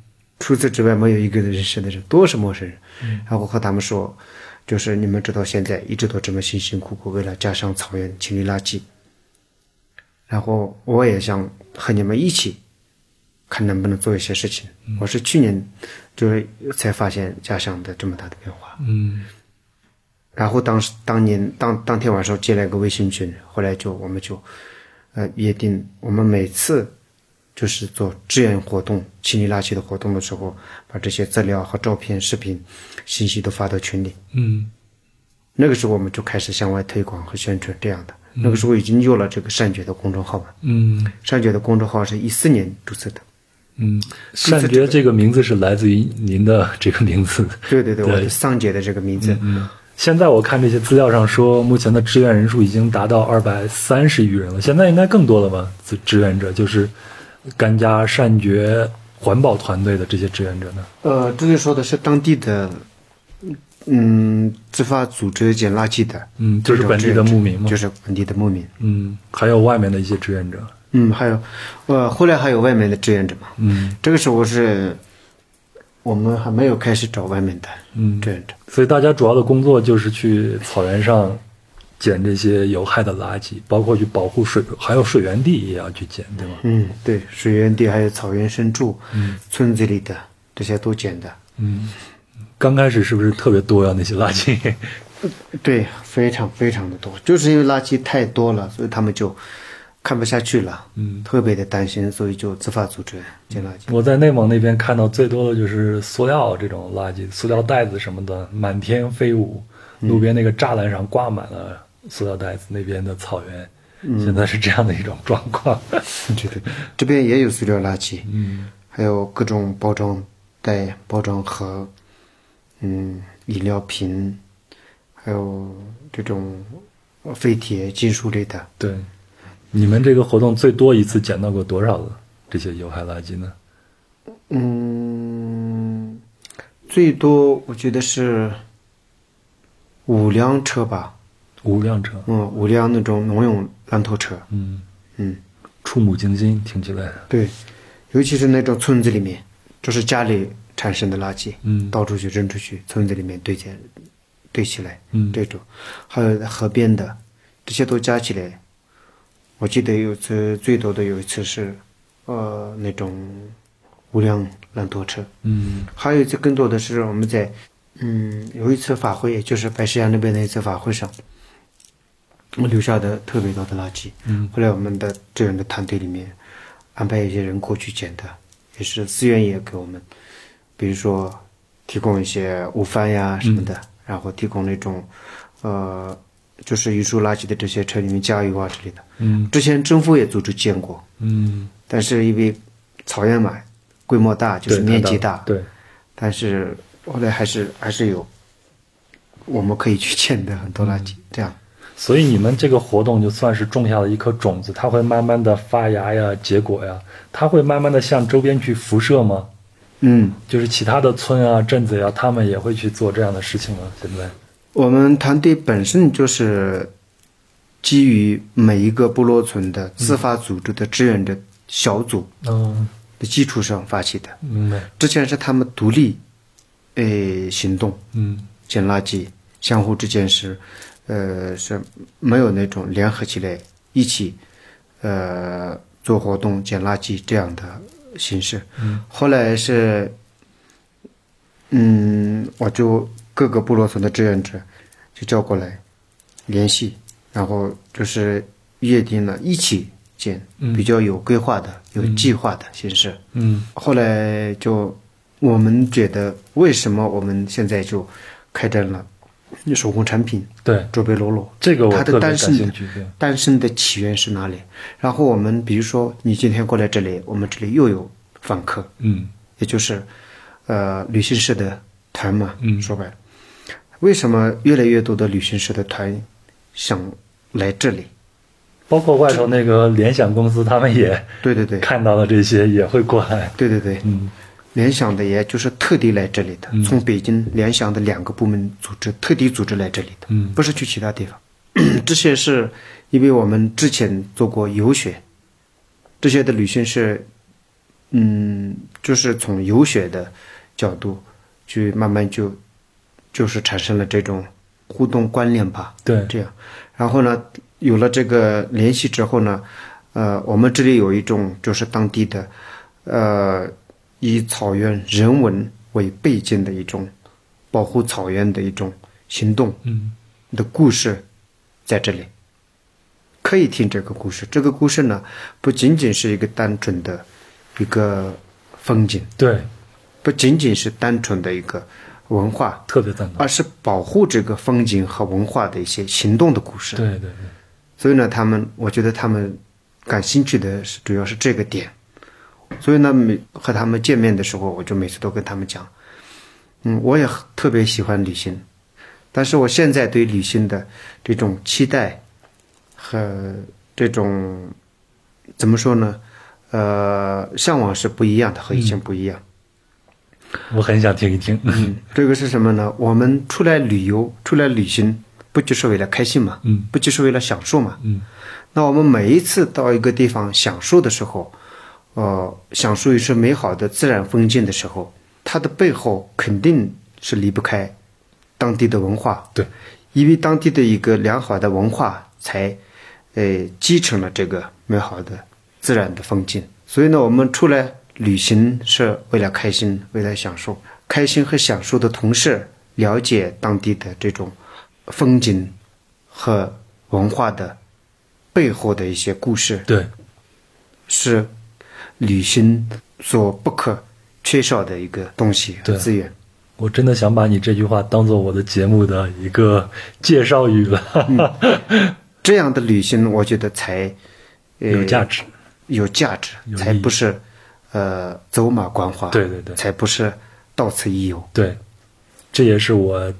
S2: 除此之外，没有一个认识的人，都是陌生人。然后和他们说，就是你们直到现在一直都这么辛辛苦苦为了家乡草原清理垃圾，然后我也想和你们一起，看能不能做一些事情。我是去年就是才发现家乡的这么大的变化。
S1: 嗯
S2: 然后当时当年当当天晚上建了一个微信群，后来就我们就，呃，约定我们每次就是做志愿活动、清理垃圾的活动的时候，把这些资料和照片、视频、信息都发到群里。
S1: 嗯
S2: 那个时候我们就开始向外推广和宣传这样的。那个时候已经有了这个善觉的公众号了，
S1: 嗯
S2: 善觉的公众号是一四年注册的。
S1: 嗯，善觉这个名字是来自于您的这个名字，
S2: 对对对，我
S1: 对
S2: 的桑姐的这个名字，
S1: 现在我看这些资料上说，目前的志愿人数已经达到二百三十余人了，现在应该更多了吧？志志愿者就是甘家善觉环保团队的这些志愿者呢？
S2: 呃，这里说的是当地的，嗯，自发组织捡垃圾的，
S1: 嗯就是
S2: 这种
S1: 本地的牧民嘛
S2: 就是本地的牧民，
S1: 嗯，还有外面的一些志愿者。
S2: 嗯，还有，呃，后来还有外面的志愿者嘛，
S1: 嗯
S2: 这个时候是，我们还没有开始找外面的
S1: 嗯，
S2: 志愿者，
S1: 所以大家主要的工作就是去草原上捡这些有害的垃圾，包括去保护水，还有水源地也要去捡，对吧？
S2: 嗯，对，水源地还有草原深处，
S1: 嗯
S2: 村子里的这些都捡的，
S1: 嗯，刚开始是不是特别多呀、那些垃圾？
S2: 对，非常非常的多，就是因为垃圾太多了，所以他们就看不下去了，
S1: 嗯
S2: 特别的担心，所以就自发组织捡垃圾。
S1: 我在内蒙那边看到最多的就是塑料这种垃圾，塑料袋子什么的满天飞舞，
S2: 嗯
S1: 路边那个栅栏上挂满了塑料袋子。那边的草原、现在是这样的一种状况。
S2: 嗯 对对，这边也有塑料垃圾，
S1: 嗯
S2: 还有各种包装袋、包装盒，嗯，饮料瓶，还有这种废铁、金属类的。
S1: 对，你们这个活动最多一次捡到过多少个这些有害垃圾呢？
S2: 嗯，最多我觉得是五辆车吧，
S1: 五辆车，
S2: 嗯，五辆那种农用烂头车，
S1: 嗯，
S2: 嗯，
S1: 触目惊心，听起来，
S2: 对，尤其是那种村子里面，就是家里产生的垃圾，
S1: 嗯
S2: 到处去扔出去，村子里面堆起堆起来，
S1: 嗯
S2: 这种，还有河边的，这些都加起来，我记得有一次最多的有一次是，呃，那种五辆烂拖车，
S1: 嗯
S2: 还有一次更多的是我们在，嗯，有一次法会，也就是白石崖那边的一次法会上，我留下的特别多的垃圾。
S1: 嗯
S2: 后来我们的志愿的团队里面安排一些人过去捡的，也是资源也给我们，比如说提供一些午饭呀什么的，
S1: 嗯
S2: 然后提供那种，呃，就是运输垃圾的这些车里面加油啊之类的。
S1: 嗯
S2: 之前政府也组织建过，
S1: 嗯，
S2: 但是因为草原嘛，规模大，就是
S1: 对
S2: 面
S1: 看
S2: 积
S1: 到
S2: 大，
S1: 对，
S2: 但是后来还是还是有我们可以去捡的很多
S1: 嗯
S2: 垃圾，这样。
S1: 所以你们这个活动就算是种下了一颗种子，它会慢慢的发芽呀、结果呀，它会慢慢的向周边去辐射吗？
S2: 嗯，
S1: 就是其他的村啊、镇子呀，他们也会去做这样的事情吗？现在，
S2: 我们团队本身就是基于每一个部落村的自发组织的志愿者小组
S1: 嗯，
S2: 的基础上发起的。
S1: 明白，
S2: 之前是他们独立，呃，行动
S1: 嗯
S2: 捡垃圾，相互之间是，呃，是没有那种联合起来一起，呃，做活动捡垃圾这样的形式。
S1: 嗯
S2: 后来是，嗯，我就各个部落村的志愿者就叫过来联系，然后就是约定了一起建，
S1: 嗯
S2: 比较有规划的、有计划的形式。
S1: 嗯
S2: 后来就我们觉得，为什么我们现在就开展了手工产品
S1: 对，
S2: 卓别罗罗？
S1: 这个我
S2: 它
S1: 特别
S2: 的
S1: 感
S2: 诞生
S1: 兴趣。对
S2: 诞生的起源是哪里？然后我们比如说，你今天过来这里，我们这里又有访客，
S1: 嗯
S2: 也就是呃旅行社的团嘛，
S1: 嗯
S2: 说白了，为什么越来越多的旅行社的团想来这里？
S1: 包括外头那个联想公司，他们也
S2: 对对对，
S1: 看到了这些，也会过来。
S2: 对对对，
S1: 嗯
S2: 联想的也就是特地来这里的，
S1: 嗯
S2: 从北京联想的两个部门组织特地组织来这里的，
S1: 嗯
S2: 不是去其他地方。 这些是因为我们之前做过游学，这些的旅行是，嗯，就是从游学的角度去慢慢就就是产生了这种互动关联吧。
S1: 对
S2: 这样，然后呢，有了这个联系之后呢，呃，我们这里有一种就是当地的，呃，以草原人文为背景的一种保护草原的一种行动
S1: 嗯
S2: 的故事，在这里可以听这个故事。这个故事呢，不仅仅是一个单纯的一个风景，
S1: 对，
S2: 不仅仅是单纯的一个文化，
S1: 特别赞同。
S2: 而是保护这个风景和文化的一些行动的故事。
S1: 对对对，
S2: 所以呢，他们我觉得他们感兴趣的是主要是这个点。所以呢，每和他们见面的时候，我就每次都跟他们讲，嗯，我也很特别喜欢旅行，但是我现在对旅行的这种期待和这种怎么说呢，呃，向往是不一样的，和以前不一样。
S1: 我很想听一听。
S2: 嗯，这个是什么呢？我们出来旅游、出来旅行，不就是为了开心嘛？
S1: 嗯
S2: 不就是为了享受嘛？
S1: 嗯
S2: 那我们每一次到一个地方享受的时候，呃，享受一些美好的自然风景的时候，它的背后肯定是离不开当地的文化，
S1: 对，
S2: 因为当地的一个良好的文化才，呃，继承了这个美好的自然的风景。所以呢，我们出来旅行是为了开心，为了享受。开心和享受的同时，了解当地的这种风景和文化的背后的一些故事，
S1: 对，
S2: 是旅行所不可缺少的一个东西和
S1: 对
S2: 资源。
S1: 我真的想把你这句话当做我的节目的一个介绍语了，
S2: 嗯 这样的旅行，我觉得才呃
S1: 有价值。
S2: 有价值，
S1: 有
S2: 才
S1: 意义
S2: 不是呃走马观花。
S1: 对对对
S2: 才不是到此一游。
S1: 对，这也是我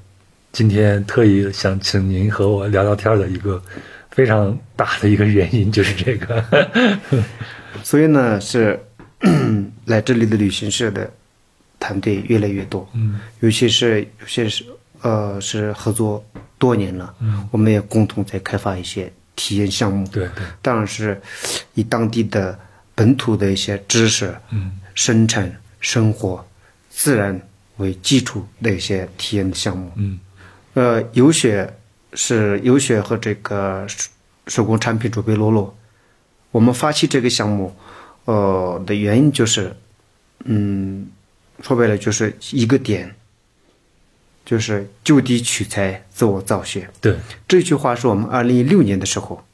S1: 今天特意想请您和我聊聊天的一个非常大的一个原因，就是这个。
S2: 所以呢，是 来这里的旅行社的团队越来越多，
S1: 嗯，
S2: 尤其是有些是呃是合作多年了，嗯，我们也共同在开发一些体验项目，
S1: 对对，
S2: 当然是以当地的本土的一些知识、
S1: 嗯，
S2: 生产、生活、自然为基础的一些体验的项目，
S1: 嗯，
S2: 呃，游学是游学和这个手手工产品准备落落。我们发起这个项目，呃的原因就是，嗯，说白了就是一个点，就是就地取材，自我造血。
S1: 对，
S2: 这句话是我们二零一六年的时候，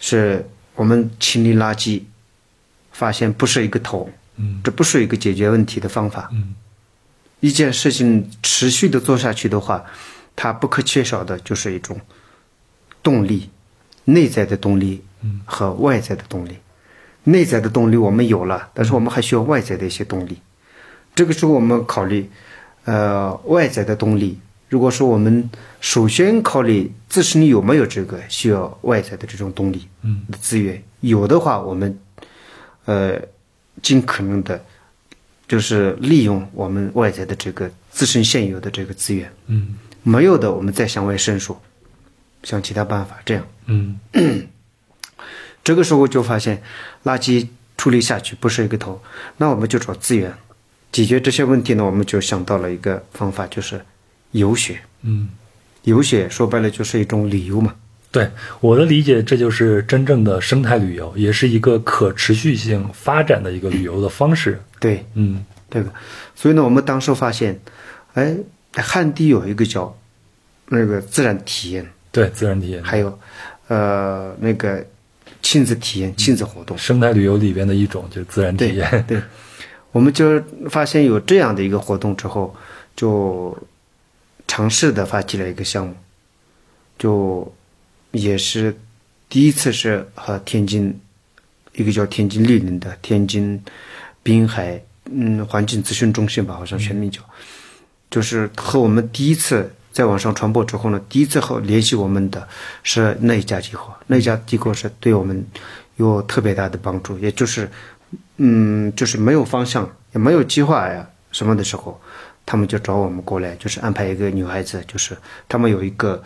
S2: 是我们清理垃圾，发现不是一个头，
S1: 嗯
S2: 这不是一个解决问题的方法。
S1: 嗯，
S2: 一件事情持续的做下去的话，它不可缺少的就是一种动力，内在的动力和外在的动力。内在的动力我们有了，但是我们还需要外在的一些动力。这个时候我们考虑，呃，外在的动力。如果说我们首先考虑自身有没有这个需要外在的这种动力，
S1: 嗯，
S2: 资源有的话，我们呃尽可能的，就是利用我们外在的这个自身现有的这个资源，
S1: 嗯
S2: 没有的我们再向外伸缩，想其他办法，这样。
S1: 嗯
S2: 这个时候就发现，垃圾处理下去不是一个头，那我们就找资源解决这些问题呢。我们就想到了一个方法，就是游学。
S1: 嗯，
S2: 游学说白了就是一种旅游嘛。
S1: 对我的理解，这就是真正的生态旅游，也是一个可持续性发展的一个旅游的方式。
S2: 对，
S1: 嗯
S2: 对吧？所以呢，我们当时发现，哎，汉地有一个叫那个自然体验，，
S1: 对，自然体验，
S2: 还有呃那个亲子体验、亲子活动。
S1: 生态旅游里边的一种，就是自然体验。
S2: 对，我们就发现有这样的一个活动之后，就尝试的发起了一个项目，就也是第一次是和天津一个叫天津绿林的天津滨海嗯环境咨询中心吧，好像全名叫，就是和我们第一次。在网上传播之后呢，第一次和联系我们的是那一家机构，那一家机构是对我们有特别大的帮助，也就是嗯，就是没有方向，也没有计划呀什么的时候，他们就找我们过来，就是安排一个女孩子，就是他们有一个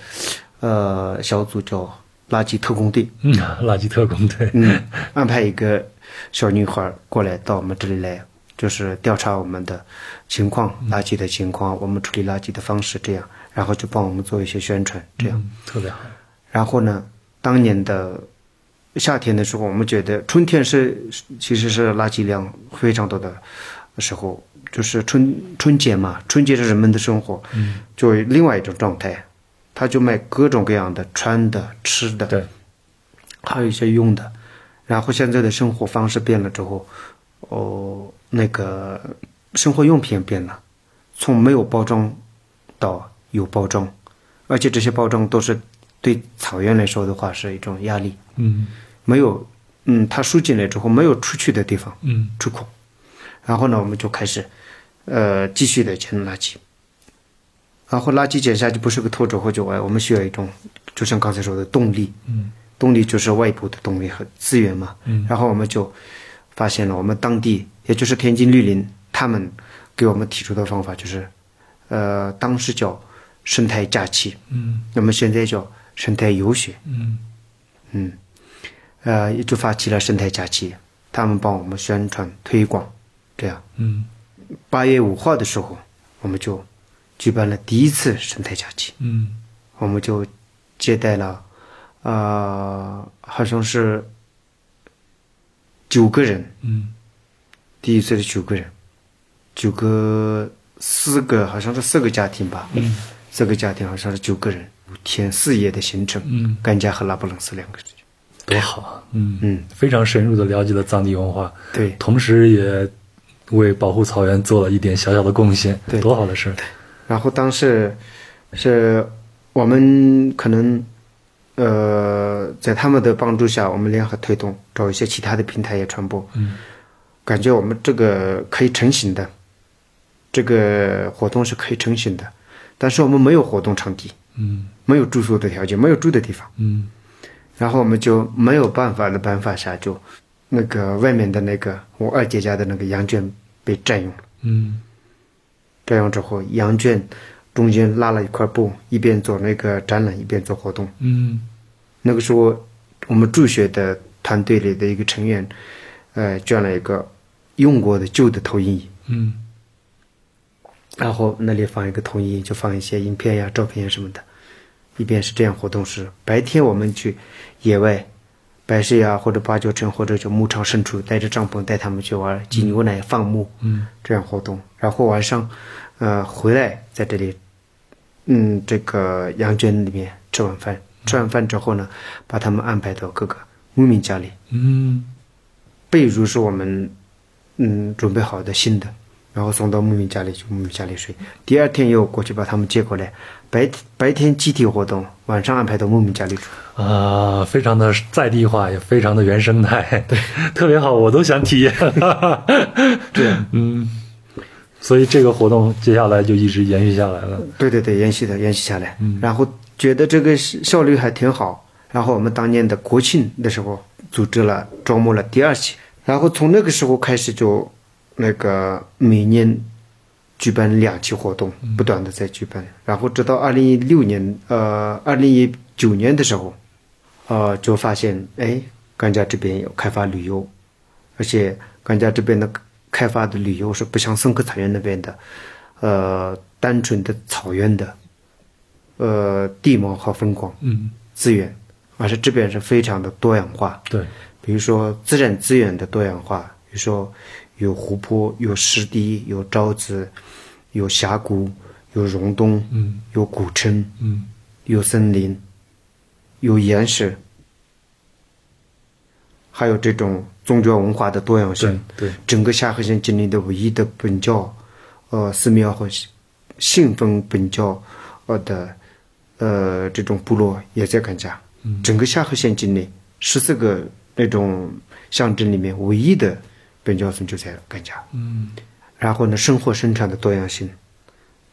S2: 呃小组叫垃圾特工队，
S1: 嗯，垃圾特工队。
S2: 嗯，安排一个小女孩儿过来到我们这里来，就是调查我们的情况，垃圾的情况，我们处理垃圾的方式这样，然后就帮我们做一些宣传这样。
S1: 嗯，特别好。
S2: 然后呢，当年的夏天的时候，我们觉得春天是其实是垃圾量非常多的时候，就是春春节嘛，春节是人们的生活，嗯，就另外一种状态，他就卖各种各样的穿的、吃的，
S1: 对，
S2: 还有一些用的。然后现在的生活方式变了之后，哦，那个生活用品也变了，从没有包装到有包装，而且这些包装都是对草原来说的话是一种压力，
S1: 嗯
S2: 没有，嗯，它输进来之后没有出去的地方，
S1: 嗯
S2: 出口。然后呢，我们就开始，呃，继续的捡垃圾。然后垃圾捡下去不是个拖着或者哎，我们需要一种，就像刚才说的动力，
S1: 嗯，
S2: 动力就是外部的动力和资源嘛，嗯，然后我们就发现了我们当地，也就是天津绿林，他们给我们提出的方法就是，呃，当时叫生态假期，
S1: 嗯
S2: 那么现在叫生态游学，
S1: 嗯
S2: 嗯，呃，就发起了生态假期，他们帮我们宣传推广，这样。
S1: 嗯
S2: 八月五号的时候，我们就举办了第一次生态假期，
S1: 嗯
S2: 我们就接待了，呃，好像是九个人，
S1: 嗯
S2: 第一次是九个人，九个四个好像是四个家庭吧，
S1: 嗯
S2: 四个家庭好像是九个人，五天四夜的行程，
S1: 嗯，
S2: 甘家和拉卜楞斯两个人，
S1: 多好啊！嗯
S2: 嗯，
S1: 非常深入的了解了藏地文化，
S2: 对
S1: 同时也为保护草原做了一点小小的贡献，
S2: 对
S1: 多好的事儿！
S2: 然后当时是我们可能呃在他们的帮助下，我们联合推动，找一些其他的平台也传播，
S1: 嗯
S2: 感觉我们这个可以成型的，这个活动是可以成型的，但是我们没有活动场地，
S1: 嗯
S2: 没有住宿的条件，没有住的地方，
S1: 嗯
S2: 然后我们就没有办法的办法下，就那个外面的那个我二姐家的那个羊圈被占用了。
S1: 嗯
S2: 这样之后，羊圈中间拉了一块布，一边做那个展览，一边做活动。
S1: 嗯
S2: 那个时候，我们助学的团队里的一个成员，呃，捐了一个用过的旧的投影仪，
S1: 嗯
S2: 然后那里放一个投影仪，就放一些影片呀、照片呀什么的。一边是这样活动是白天我们去野外，白事呀或者八九城或者就牧场深处，带着帐篷带他们去玩挤牛奶、放牧，
S1: 嗯
S2: 这样活动。然后晚上，呃，回来在这里，嗯，这个羊圈里面吃晚饭。吃完饭之后呢，把他们安排到各个牧民家里，
S1: 嗯
S2: 被褥是我们嗯准备好的新的，然后送到牧民家里去，牧民家里睡。第二天又过去把他们接过来，白白天集体活动，晚上安排到牧民家里住。
S1: 啊，非常的在地化，也非常的原生态，对， 特别好，我都想体 验。
S2: 对，
S1: 嗯，所以这个活动接下来就一直延续下来了。
S2: 对对对，延续的延续下来，然后觉得这个效率还挺好。然后我们当年的国庆的时候组织了招募了第二期，然后从那个时候开始就那个每年举办两期活动，不断的在举办。然后直到二零一六年，呃，二零一九年的时候，呃，就发现哎，甘家这边有开发旅游，而且甘家这边的开发的旅游是不像森克草原那边的，呃，单纯的草原的，呃，地貌和风光
S1: 嗯，
S2: 资源，而是这边是非常的多样化，
S1: 对，
S2: 比如说自然资源的多样化，比如说有湖泊、有湿地、有沼泽、有峡谷、有溶洞、
S1: 嗯
S2: 有古城、
S1: 嗯
S2: 有森林，有岩石，还有这种宗教文化的多样性。
S1: 对对
S2: 整个下河县境内的唯一的本教，呃，寺庙和信信奉本教，呃的，呃，这种部落也在干家。
S1: 嗯
S2: 整个下河县境内十四个那种乡镇里面，唯一的本教村就在干家。
S1: 嗯
S2: 然后呢，生活生产的多样性，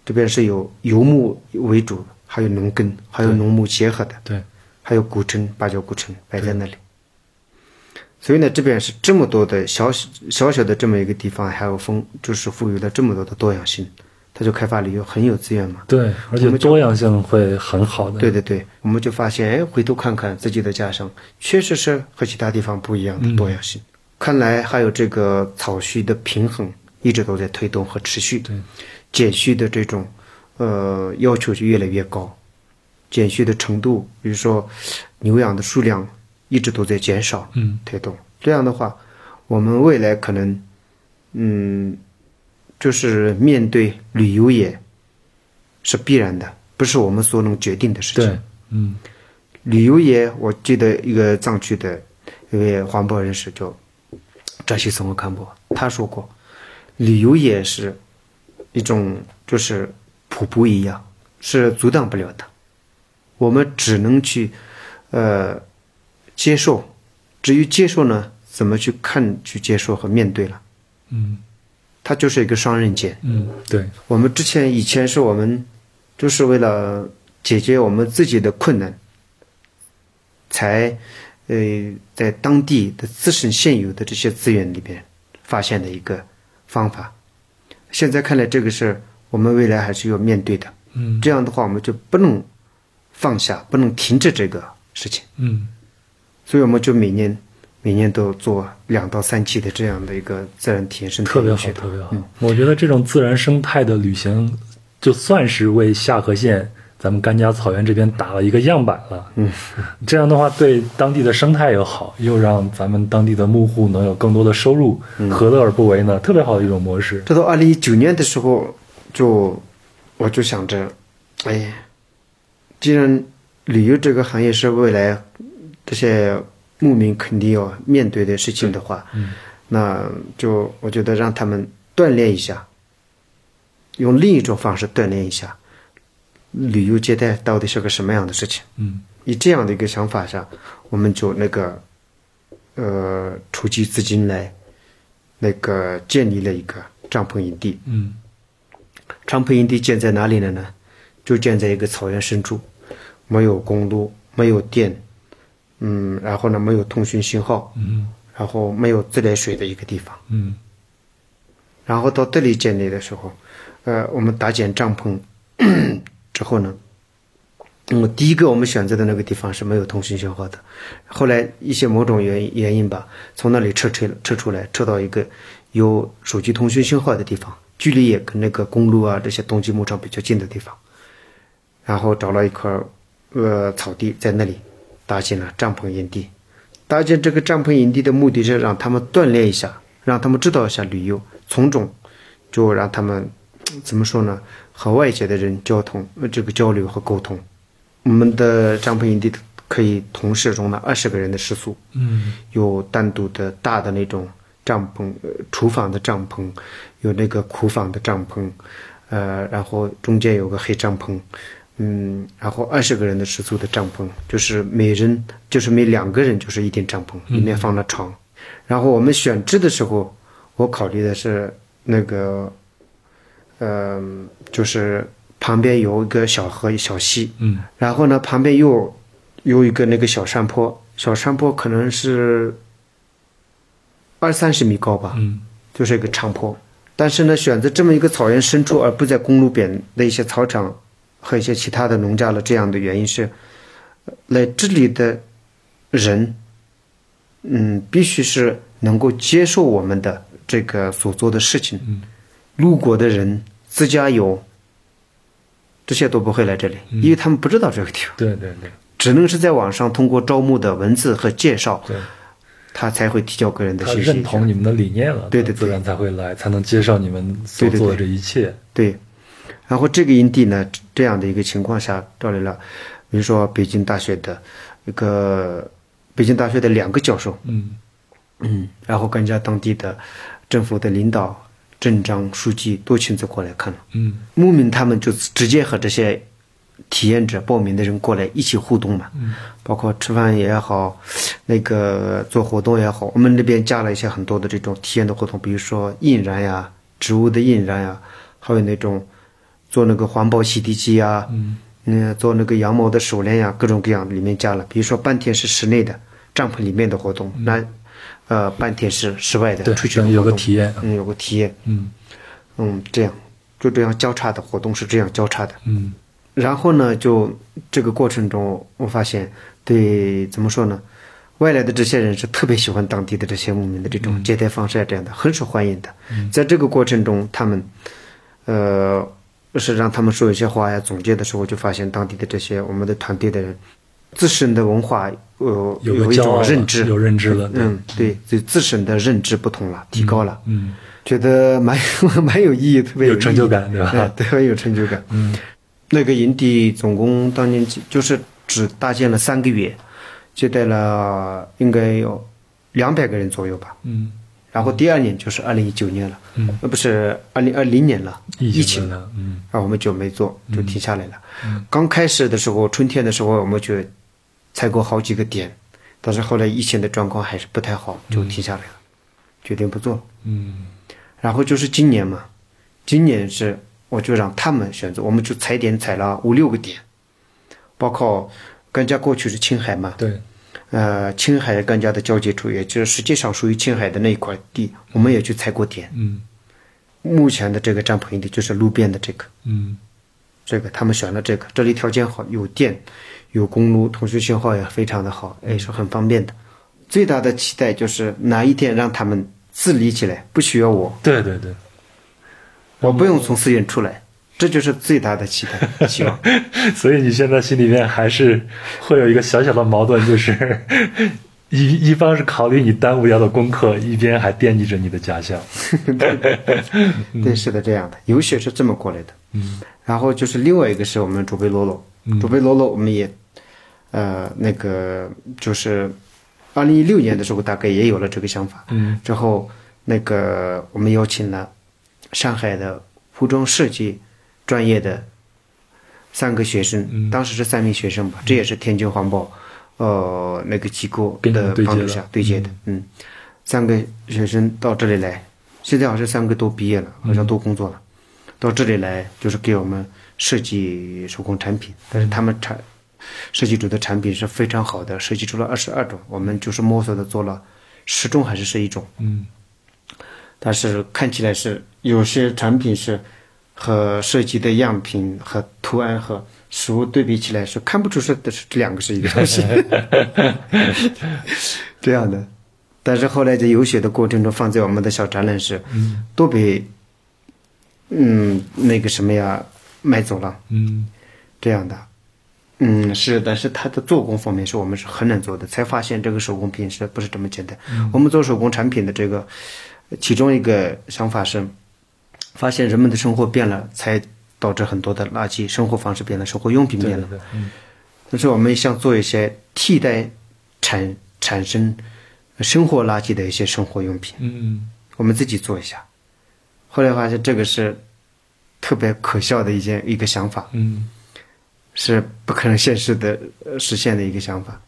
S2: 这边是有游牧为主，还有农耕，还有农牧结合的，
S1: 对，
S2: 还有古城八角古城摆在那里。所以呢，这边是这么多的小小小的这么一个地方，还有丰，就是赋予了这么多的多样性，它就开发旅游很有资源嘛。
S1: 对，而且多样性会很好的。
S2: 对对对，我们就发现，哎，回头看看自己的家乡，确实是和其他地方不一样的多样性。
S1: 嗯
S2: 看来还有这个草需的平衡一直都在推动和持续。
S1: 对，
S2: 减需的这种呃要求是越来越高，减需的程度，比如说牛羊的数量一直都在减少。
S1: 嗯
S2: 推动。这样的话，我们未来可能，嗯，就是面对旅游业是必然的，不是我们所能决定的事
S1: 对
S2: 情。，
S1: 嗯
S2: 旅游业，我记得一个藏区的一位环保人士就扎西松和坎博，他说过，旅游业是一种就是瀑布一样，是阻挡不了的，我们只能去呃接受，至于接受呢，怎么去看、去接受和面对了，
S1: 嗯
S2: 它就是一个双刃剑。
S1: 嗯，对，
S2: 我们之前以前是我们就是为了解决我们自己的困难，才呃在当地的自身现有的这些资源里边发现的一个方法。现在看来，这个是我们未来还是要面对的。
S1: 嗯
S2: 这样的话，我们就不能放下，不能停止这个事情。
S1: 嗯
S2: 所以我们就每年每年都做两到三期的这样的一个自然体验生态嗯
S1: 特别
S2: 游
S1: 好，
S2: 学的
S1: 特别好。我觉得这种自然生态的旅行就算是为下河县咱们甘家草原这边打了一个样板了。嗯，这样的话对当地的生态又好，又让咱们当地的牧户能有更多的收入，
S2: 嗯
S1: 何乐而不为呢？特别好的一种模式。
S2: 这到二零一九年的时候，就我就想着，哎呀，既然旅游这个行业是未来这些牧民肯定要面对的事情的话，那就我觉得让他们锻炼一下，用另一种方式锻炼一下，旅游接待到底是个什么样的事情。
S1: 嗯，
S2: 以这样的一个想法上，我们就那个，呃，筹集资金来，那个建立了一个帐篷营地。
S1: 嗯，
S2: 帐篷营地建在哪里了呢？就建在一个草原深处，没有公路，没有电，嗯，然后呢，没有通讯信号，嗯，然后没有自来水的一个地方。
S1: 嗯
S2: 然后到这里建立的时候，呃，我们搭建帐篷 之后呢，嗯，第一个我们选择的那个地方是没有通讯信号的，后来一些某种原因原因吧，从那里撤出撤出来，撤到一个有手机通讯信号的地方，距离也跟那个公路啊这些冬季牧场比较近的地方，然后找了一块儿呃草地，在那里搭建了帐篷营地。搭建这个帐篷营地的目的是让他们锻炼一下，让他们知道一下旅游，从中就让他们怎么说呢，和外界的人交通呃这个交流和沟通。我们的帐篷营地可以同时容纳二十个人的食宿，
S1: 嗯
S2: 有单独的大的那种帐篷，呃厨房的帐篷，有那个库房的帐篷，呃，然后中间有个黑帐篷，嗯，然后二十个人的食宿的帐篷，就是每人就是每两个人就是一间帐篷，
S1: 嗯
S2: 里面放了床。然后我们选址的时候，我考虑的是那个，呃，就是旁边有一个小河小溪，
S1: 嗯
S2: 然后呢，旁边又有一个那个小山坡，小山坡可能是二三十米高吧，
S1: 嗯
S2: 就是一个长坡。但是呢，选择这么一个草原深处，而不在公路边的一些草场和一些其他的农家乐这样的原因是，呃来这里的人，嗯，必须是能够接受我们的这个所做的事情。
S1: 嗯
S2: 路过的人、自驾游，这些都不会来这里，
S1: 嗯
S2: 因为他们不知道这个地方，
S1: 对对对
S2: 只能是在网上通过招募的文字和介绍，
S1: 对，
S2: 他才会提交个人的
S1: 他
S2: 信息。
S1: 认同你们的理念了，
S2: 对对对
S1: 自然才会来，才能接受你们所
S2: 对对对
S1: 做的这一切。
S2: 对，然后这个营地呢，这样的一个情况下，招来了，比如说北京大学的一个北京大学的两个教授，
S1: 嗯
S2: 嗯，然后跟着当地的政府的领导、镇长、书记都亲自过来看了。
S1: 嗯
S2: 牧民他们就直接和这些体验者、报名的人过来一起互动嘛，
S1: 嗯
S2: 包括吃饭也好，那个做活动也好，我们那边加了一些很多的这种体验的活动，比如说印染呀、植物的印染呀，还有那种做那个环保洗涤机呀，嗯，做那个羊毛的手链呀，各种各样里面加了，比如说半天是室内的帐篷里面的活动，那呃半天是室外的，
S1: 嗯对
S2: 出去的
S1: 等于有
S2: 活
S1: 个
S2: 动
S1: 体验
S2: 嗯，有个体验，
S1: 嗯
S2: 嗯，这样就这样交叉的活动是这样交叉的。
S1: 嗯
S2: 然后呢，就这个过程中，我发现对怎么说呢，外来的这些人是特别喜欢当地的这些牧民的这
S1: 嗯
S2: 种接待方式啊，这样的很受欢迎的。在这个过程中，他们呃是让他们说一些话呀，总结的时候就发现当地的这些我们的团队的人自身的文化呃
S1: 有个
S2: 一
S1: 骄傲
S2: 种
S1: 了
S2: 认知，
S1: 有认知了对
S2: 嗯，对，对自身的认知不同了，提高了。
S1: 嗯
S2: 觉得蛮蛮有意义，特别
S1: 有
S2: 意义
S1: 成就感对吧
S2: 哎对，很有成就感。嗯，那个营地总共当年就就是只搭建了三个月，接待了应该有两百个人左右吧。
S1: 嗯，
S2: 然后第二年就是二零一九年了，
S1: 嗯，
S2: 呃，不是二零二零年了，
S1: 疫
S2: 疫
S1: 情啊
S2: 情啊
S1: 来了，嗯
S2: 然后我们就没做，就停下来了。刚开始的时候，春天的时候，我们就采购好几个点，但是后来疫情的状况还是不太好，就停下来了，决定不做了。
S1: 嗯
S2: 然后就是今年嘛，今年是我就让他们选择，我们就踩点踩了五六个点，包括甘家过去是青海嘛，
S1: 对，
S2: 呃，青海甘家的交界处，也就是实际上属于青海的那一块地，我们也去踩过点。
S1: 嗯
S2: 目前的这个帐篷营地就是路边的这个，
S1: 嗯
S2: 这个他们选了这个，这里条件好，有电，有公路，通讯信号也非常的好，哎，是很方便的。最大的期待就是哪一天让他们自立起来，不需要我，
S1: 对对对，
S2: 我不用从寺院出来，这就是最大的期 待希望。
S1: 所以你现在心里面还是会有一个小小的矛盾，就是 一一方是考虑你耽误掉的功课，一边还惦记着你的家乡。
S2: 对，是的，这样的游学是这么过来的。嗯，然后就是另外一个是我们卓贝罗罗，卓贝罗罗我们也，呃，那个就是二零一六年的时候，大概也有了这个想法。嗯，之后那个我们邀请了上海的服装设计专业的三个学
S1: 嗯
S2: 生，当时是三名学生吧，这也是天津环保呃那个机构
S1: 跟你
S2: 的
S1: 们对接
S2: 帮助
S1: 的
S2: 下对接的。嗯，三个学生到这里来，现在好像三个都毕业了，
S1: 嗯
S2: 好像都工作了。到这里来就是给我们设计手工产品，但是
S1: 嗯
S2: 他们产设计组的产品是非常好的，设计出了二十二种，我们就是摸索的做了十种还是十一种，
S1: 嗯
S2: 但是看起来是有些产品是和设计的样品和图案和实物对比起来是看不出是这是这两个是一个东西，这样的。但是后来在游学的过程中，放在我们的小展览室，都被嗯那个什么呀买走了，
S1: 嗯
S2: 这样的。嗯，是，但是它的做工方面是我们是很难做的，才发现这个手工品是不是这么简单。我们做手工产品的这个，呃其中一个想法是，发现人们的生活变了，才导致很多的垃圾，生活方式变了，生活用品变了。
S1: 嗯
S2: 但是我们想做一些替代产产生生活垃圾的一些生活用品，
S1: 嗯
S2: 我们自己做一下。后来发现这个是特别可笑的一件一个想法。
S1: 嗯
S2: 是不可能现实的呃实现的一个想法。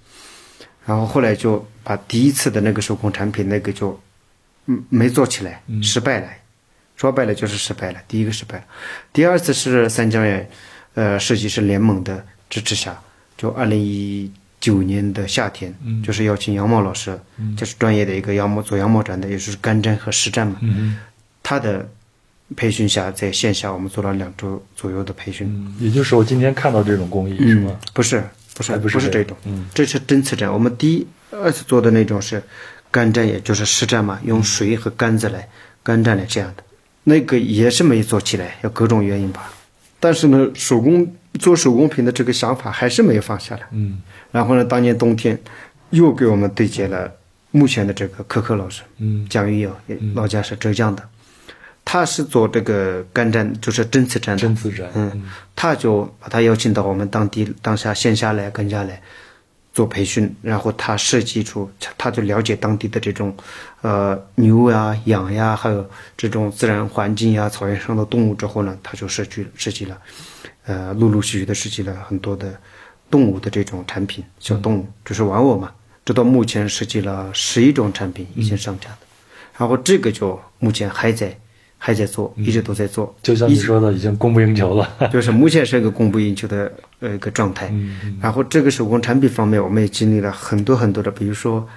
S2: 然后后来就把第一次的那个手工产品那个就，嗯，没做起来，失败了。说白了就是失败了，第一个失败了。第二次是三江源，呃，设计师联盟的支持下，就二零一九年的夏天，就是邀请杨茂老师，就是专业的一个羊毛做羊毛毡的，也就是干毡和实毡嘛，他的培训下，在线下我们做了两周左右的培训。
S1: 嗯，也就是我今天看到这种工艺是吗？
S2: 不是，不
S1: 嗯
S2: 是，
S1: 还不是
S2: 是
S1: 这
S2: 这
S1: 种
S2: 种，嗯，这是针刺毡。我们第一二次做的那种是干毡，也就是湿毡嘛，用水和杆子来干毡来这样的，那个也是没做起来，有各种原因吧。但是呢，手工做手工品的这个想法还是没有放下来。
S1: 嗯
S2: 然后呢，当年冬天又给我们对接了目前的这个可可老师，
S1: 嗯，
S2: 蒋玉友，也老家是浙江的，他是做这个干毡，就是针刺毡的，
S1: 真自然。
S2: 嗯，他就把他邀请到我们当地当下线下来跟下来做培训，然后他设计出，他就了解当地的这种，呃，牛呀、羊呀，还有这种自然环境呀、草原上的动物之后呢，他就设计设计了，呃，陆陆续续的设计了很多的动物的这种产品，小动
S1: 嗯
S2: 物、就是玩偶嘛，直到目前设计了十一种产品
S1: 嗯
S2: 已经上架的，然后这个就目前还在还在做，一直都在做，
S1: 嗯就像你说的，已经供不应求了。
S2: 就是目前是一个供不应求的呃一个状态。
S1: 嗯
S2: 然后这个手工产品方面，我们也经历了很多很多的，比如说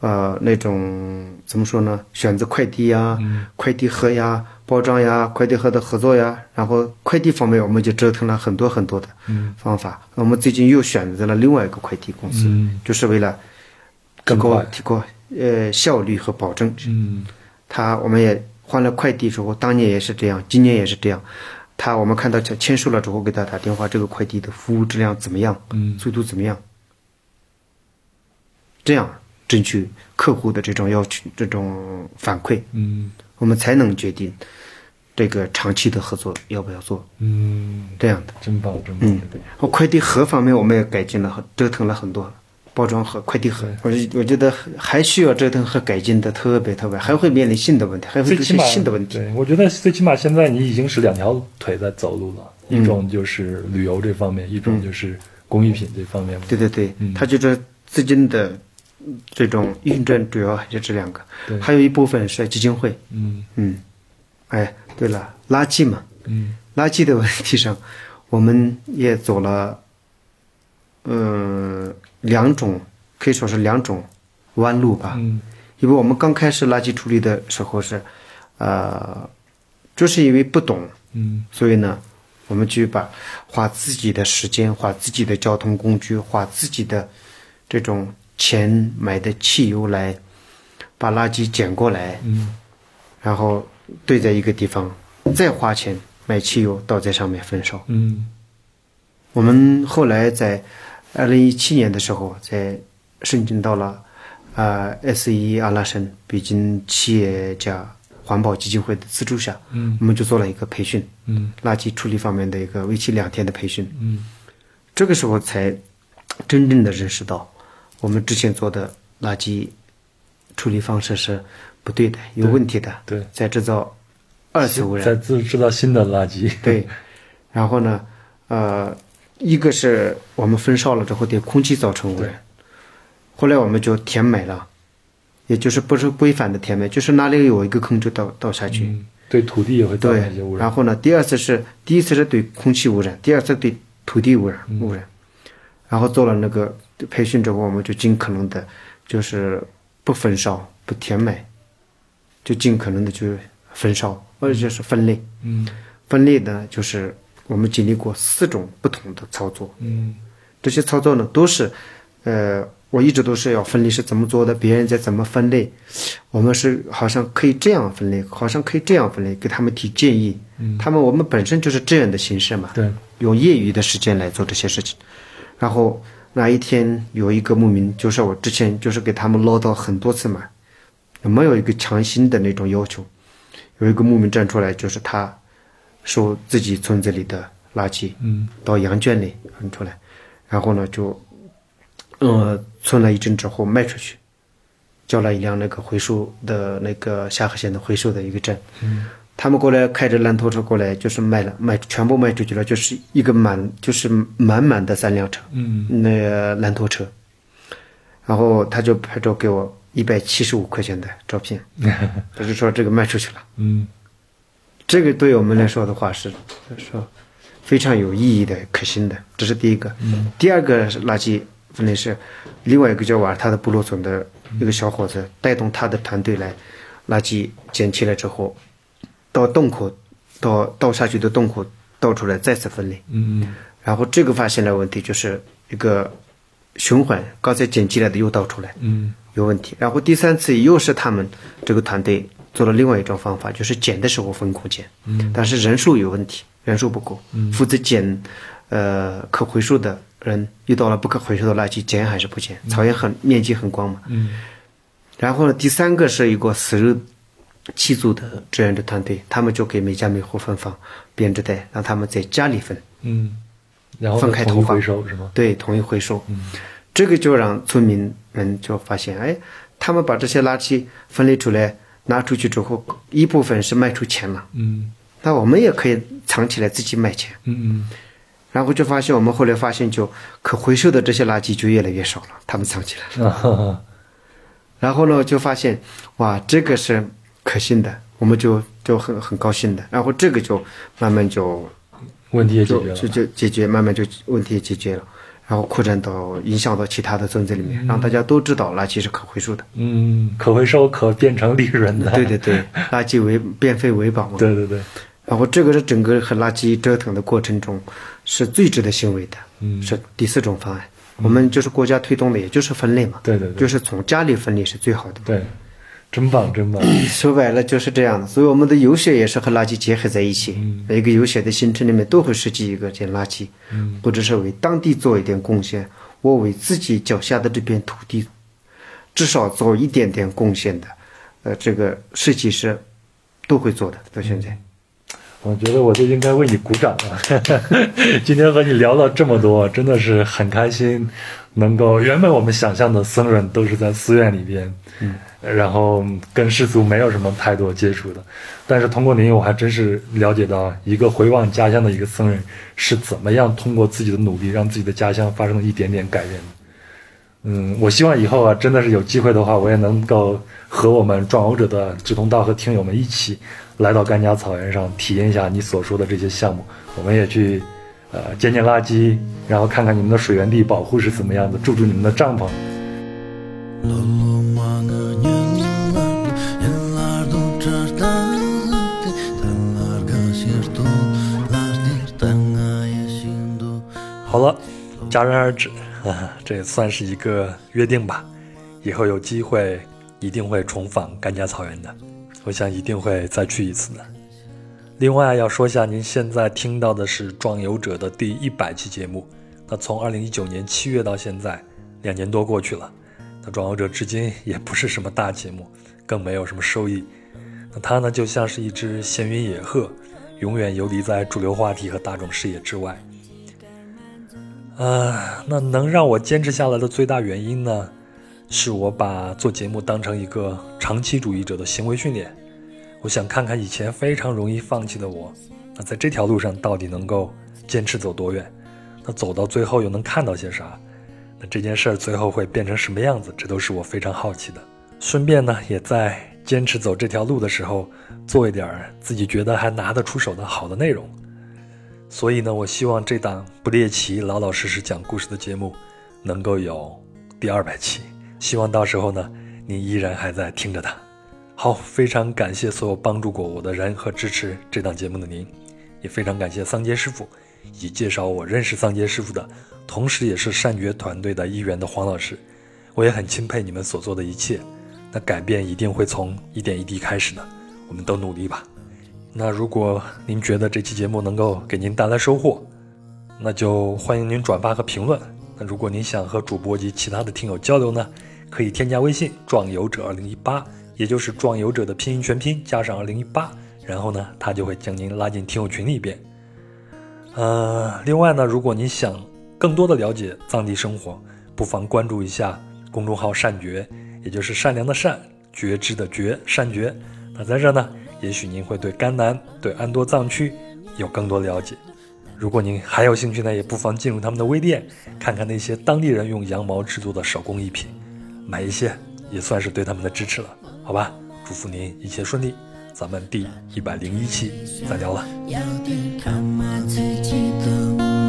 S2: 呃那种怎么说呢，选择快递呀、
S1: 嗯
S2: 快递盒呀、包装呀、快递盒的合作呀，然后快递方面我们就折腾了很多很多的
S1: 嗯
S2: 方法。我们最近又选择了另外一个快递公司，就是为了提
S1: 嗯更
S2: 高
S1: 快
S2: 提高呃效率和保证。
S1: 嗯
S2: 他我们也换了快递之后，当年也是这样，今年也是这样。他我们看到签签收了之后，给他打电话，这个快递的服务质量怎么样？
S1: 嗯
S2: 速度怎么样？这样争取客户的这种要求、这种反馈，
S1: 嗯
S2: 我们才能决定这个长期的合作要不要做。
S1: 嗯，
S2: 这样的。
S1: 真棒，真棒。
S2: 我嗯哦快递盒方面我们也改进了很，折腾了很多了包装盒、快递盒，我觉我觉得还需要折腾和改进的特别特别，还会面临新的问题，还会
S1: 最
S2: 出
S1: 起
S2: 现
S1: 码
S2: 新的问题。
S1: 对，我觉得最起码现在你已经是两条腿在走路了，
S2: 嗯
S1: 一种就是旅游这方面，一种就是工艺品这方面嘛。
S2: 对对对，
S1: 嗯
S2: 它就是资金的嗯这种运转，主要还是这两个
S1: 对，
S2: 还有一部分是基金会。
S1: 嗯
S2: 嗯，哎，对了，垃圾嘛，
S1: 嗯
S2: 垃圾的问题上，我们也走了，嗯、两种可以说是两种弯路吧。
S1: 嗯
S2: 因为我们刚开始垃圾处理的时候是，呃，就是因为不懂，
S1: 嗯
S2: 所以呢，我们去把花自己的时间、花自己的交通工具、花自己的这种钱买的汽油来把垃圾捡过来，
S1: 嗯
S2: 然后堆在一个地方，再花钱买汽油倒在上面焚烧。
S1: 嗯
S2: 我们后来在二零一七年的时候，在申请到了呃 S 一阿拉申北京企业家环保基金会的资助下，
S1: 嗯，
S2: 我们就做了一个培训，
S1: 嗯，
S2: 垃圾处理方面的一个为期两天的培训，
S1: 嗯
S2: 这个时候才真正的认识到，我们之前做的垃圾处理方式是不对的，有问题的，
S1: 对
S2: 在制造二次污染，
S1: 再制制造新的垃圾。
S2: 对，然后呢，呃，一个是我们焚烧了之后对空气造成污染，后来我们就填埋了，也就是不是规范的填埋，就是哪里有一个坑就倒倒下去。
S1: 嗯，对土地也会造成一些污
S2: 对，
S1: 染。
S2: 然后呢，第二次是第一次是对空气污染，第二次对土地污染污染，然后做了那个培训之后，我们就尽可能的，就是不焚烧不填埋，就尽可能的去焚烧或者就是分类。
S1: 嗯
S2: 分类呢，就是我们经历过四种不同的操作，
S1: 嗯
S2: 这些操作呢都是，呃，我一直都是要分类是怎么做的，别人在怎么分类，我们是好像可以这样分类，好像可以这样分类，给他们提建议。他们我们本身就是这样的形式嘛，
S1: 对，
S2: 用业余的时间来做这些事情。然后哪一天有一个牧民，就是我之前就是给他们唠叨很多次嘛，没有一个强心的那种要求。有一个牧民站出来，就是他收自己村子里的垃圾，
S1: 嗯，
S2: 到羊圈里分出来，然后呢就，呃，存了一阵之后卖出去，叫了一辆那个回收的那个下河县的回收的一个站，嗯，他们过来开着烂拖车过来，就是卖了卖全部卖出去了，就是一个满就是满满的三辆车，
S1: 嗯，
S2: 那个烂拖车，然后他就拍照给我一百七十五块钱的照片，他就说这个卖出去了。
S1: 嗯
S2: 这个对我们来说的话是说非常有意义的、可行的，这是第一个。第二个是垃圾分类是另外一个叫瓦尔塔的部落村的一个小伙子带动他的团队来，垃圾捡起来之后，到洞口，到倒下去的洞口倒出来再次分类。
S1: 嗯
S2: 然后这个发现了问题，就是一个循环，刚才捡起来的又倒出来。
S1: 嗯
S2: 有问题。然后第三次又是他们这个团队做了另外一种方法，就是减的时候分工减，嗯，但是人数有问题，人数不够，嗯，负责减，呃，可回收的人遇到了不可回收的垃圾，减还是不减？草原很面积很广嘛，
S1: 嗯
S2: 然后呢，第三个是一个死肉七组的志愿者团队，他们就给每家每户分发编织袋，让他们在家里分，
S1: 嗯，然后
S2: 分开
S1: 统一
S2: 投放
S1: 回收是吗？嗯
S2: 对，统一回收。这个就让村民们就发现，哎，他们把这些垃圾分类出来，拿出去之后，一部分是卖出钱了，
S1: 嗯
S2: 那我们也可以藏起来自己卖钱。
S1: 嗯
S2: 然后就发现，我们后来发现，就可回收的这些垃圾就越来越少了，他们藏起
S1: 嗯，
S2: 来了。
S1: 啊 哈哈，
S2: 然后呢，就发现，哇，这个是可信的，我们就就很很高兴的。然后这个就慢慢就
S1: 问题也解
S2: 就
S1: 决了
S2: 就。就解决，慢慢就问题也解决了，然后扩展到影响到其他的村子里面，让大家都知道垃圾是可 回收的。
S1: 嗯，可回收可变成利润的。
S2: 对对对，垃圾为变废为宝 嘛。
S1: 对对对，
S2: 然后这个是整个和垃圾折腾的过程中是最值得欣慰的，
S1: 嗯
S2: 是第四种方案。我们就是国家推动的，也就是分类嘛，
S1: 对对对
S2: 就是从家里分类是最好的。
S1: 对，真棒真棒。
S2: 说白了就是这样的，所以我们的游学也是和垃圾结合在一起。每个游学的行程里面都会设计一个捡垃圾，或者是为当地做一点贡献，我为自己脚下的这片土地至少做一点点贡献的，呃，这个设计师都会做的。到现在，
S1: 我觉得我就应该为你鼓掌了。 今天和你聊了这么多，真的是很开心。能够原本我们想象的僧人都是在寺院里边，嗯，然后跟世俗没有什么太多接触的。但是通过您，我还真是了解到一个回望家乡的一个僧人是怎么样通过自己的努力，让自己的家乡发生了一点点改变的。嗯，我希望以后啊，真的是有机会的话，我也能够和我们壮游者的志同道合听友们一起，来到甘家草原上体验一下你所说的这些项目。我们也去，呃，捡捡垃圾，然后看看你们的水源地保护是怎么样的，住住你们的帐篷。
S3: Lullumanı yıllar, yıllar doçardalardı Tanlar gaşir dolardı, tanga yeşindu
S1: 好了，戛然而止 啊，这也算是一个约定吧。以后有机会一定会重访甘家草原的，我想一定会再去一次的。另外要说一下，您现在听到的是《壮游者》的第一百期节目。那从二零一九年七月到现在，两年多过去了。那《壮游者》至今也不是什么大节目，更没有什么收益。那它呢，就像是一只闲云野鹤，永远游离在主流话题和大众视野之外。啊，那能让我坚持下来的最大原因呢，是我把做节目当成一个长期主义者的行为训练。我想看看以前非常容易放弃的我，那在这条路上到底能够坚持走多远？那走到最后又能看到些啥？那这件事儿最后会变成什么样子？这都是我非常好奇的。顺便呢，也在坚持走这条路的时候，做一点儿自己觉得还拿得出手的好的内容。所以呢，我希望这档不猎奇、老老实实讲故事的节目，能够有第二百期。希望到时候呢，你依然还在听着它。好，非常感谢所有帮助过我的人和支持这档节目的您，也非常感谢桑杰师傅，以及介绍我认识桑杰师傅的，同时也是善觉团队的一员的黄老师。我也很钦佩你们所做的一切。那改变一定会从一点一滴开始的，我们都努力吧。那如果您觉得这期节目能够给您带来收获，那就欢迎您转发和评论。那如果您想和主播及其他的听友交流呢，可以添加微信“壮游者二零一八”，也就是“壮游者”的拼音全拼加上二零一八，然后呢，他就会将您拉进听友群里边。呃，另外呢，如果您想更多的了解藏地生活，不妨关注一下公众号“善觉”，也就是善良的善，觉知的觉，善觉。那在这呢，也许您会对甘南、对安多藏区有更多了解。如果您还有兴趣呢，也不妨进入他们的微店，看看那些当地人用羊毛制作的手工艺品，买一些也算是对他们的支持了，好吧？祝福您一切顺利，咱们第一百零一期再聊了。
S4: 要抵抗骂自己的无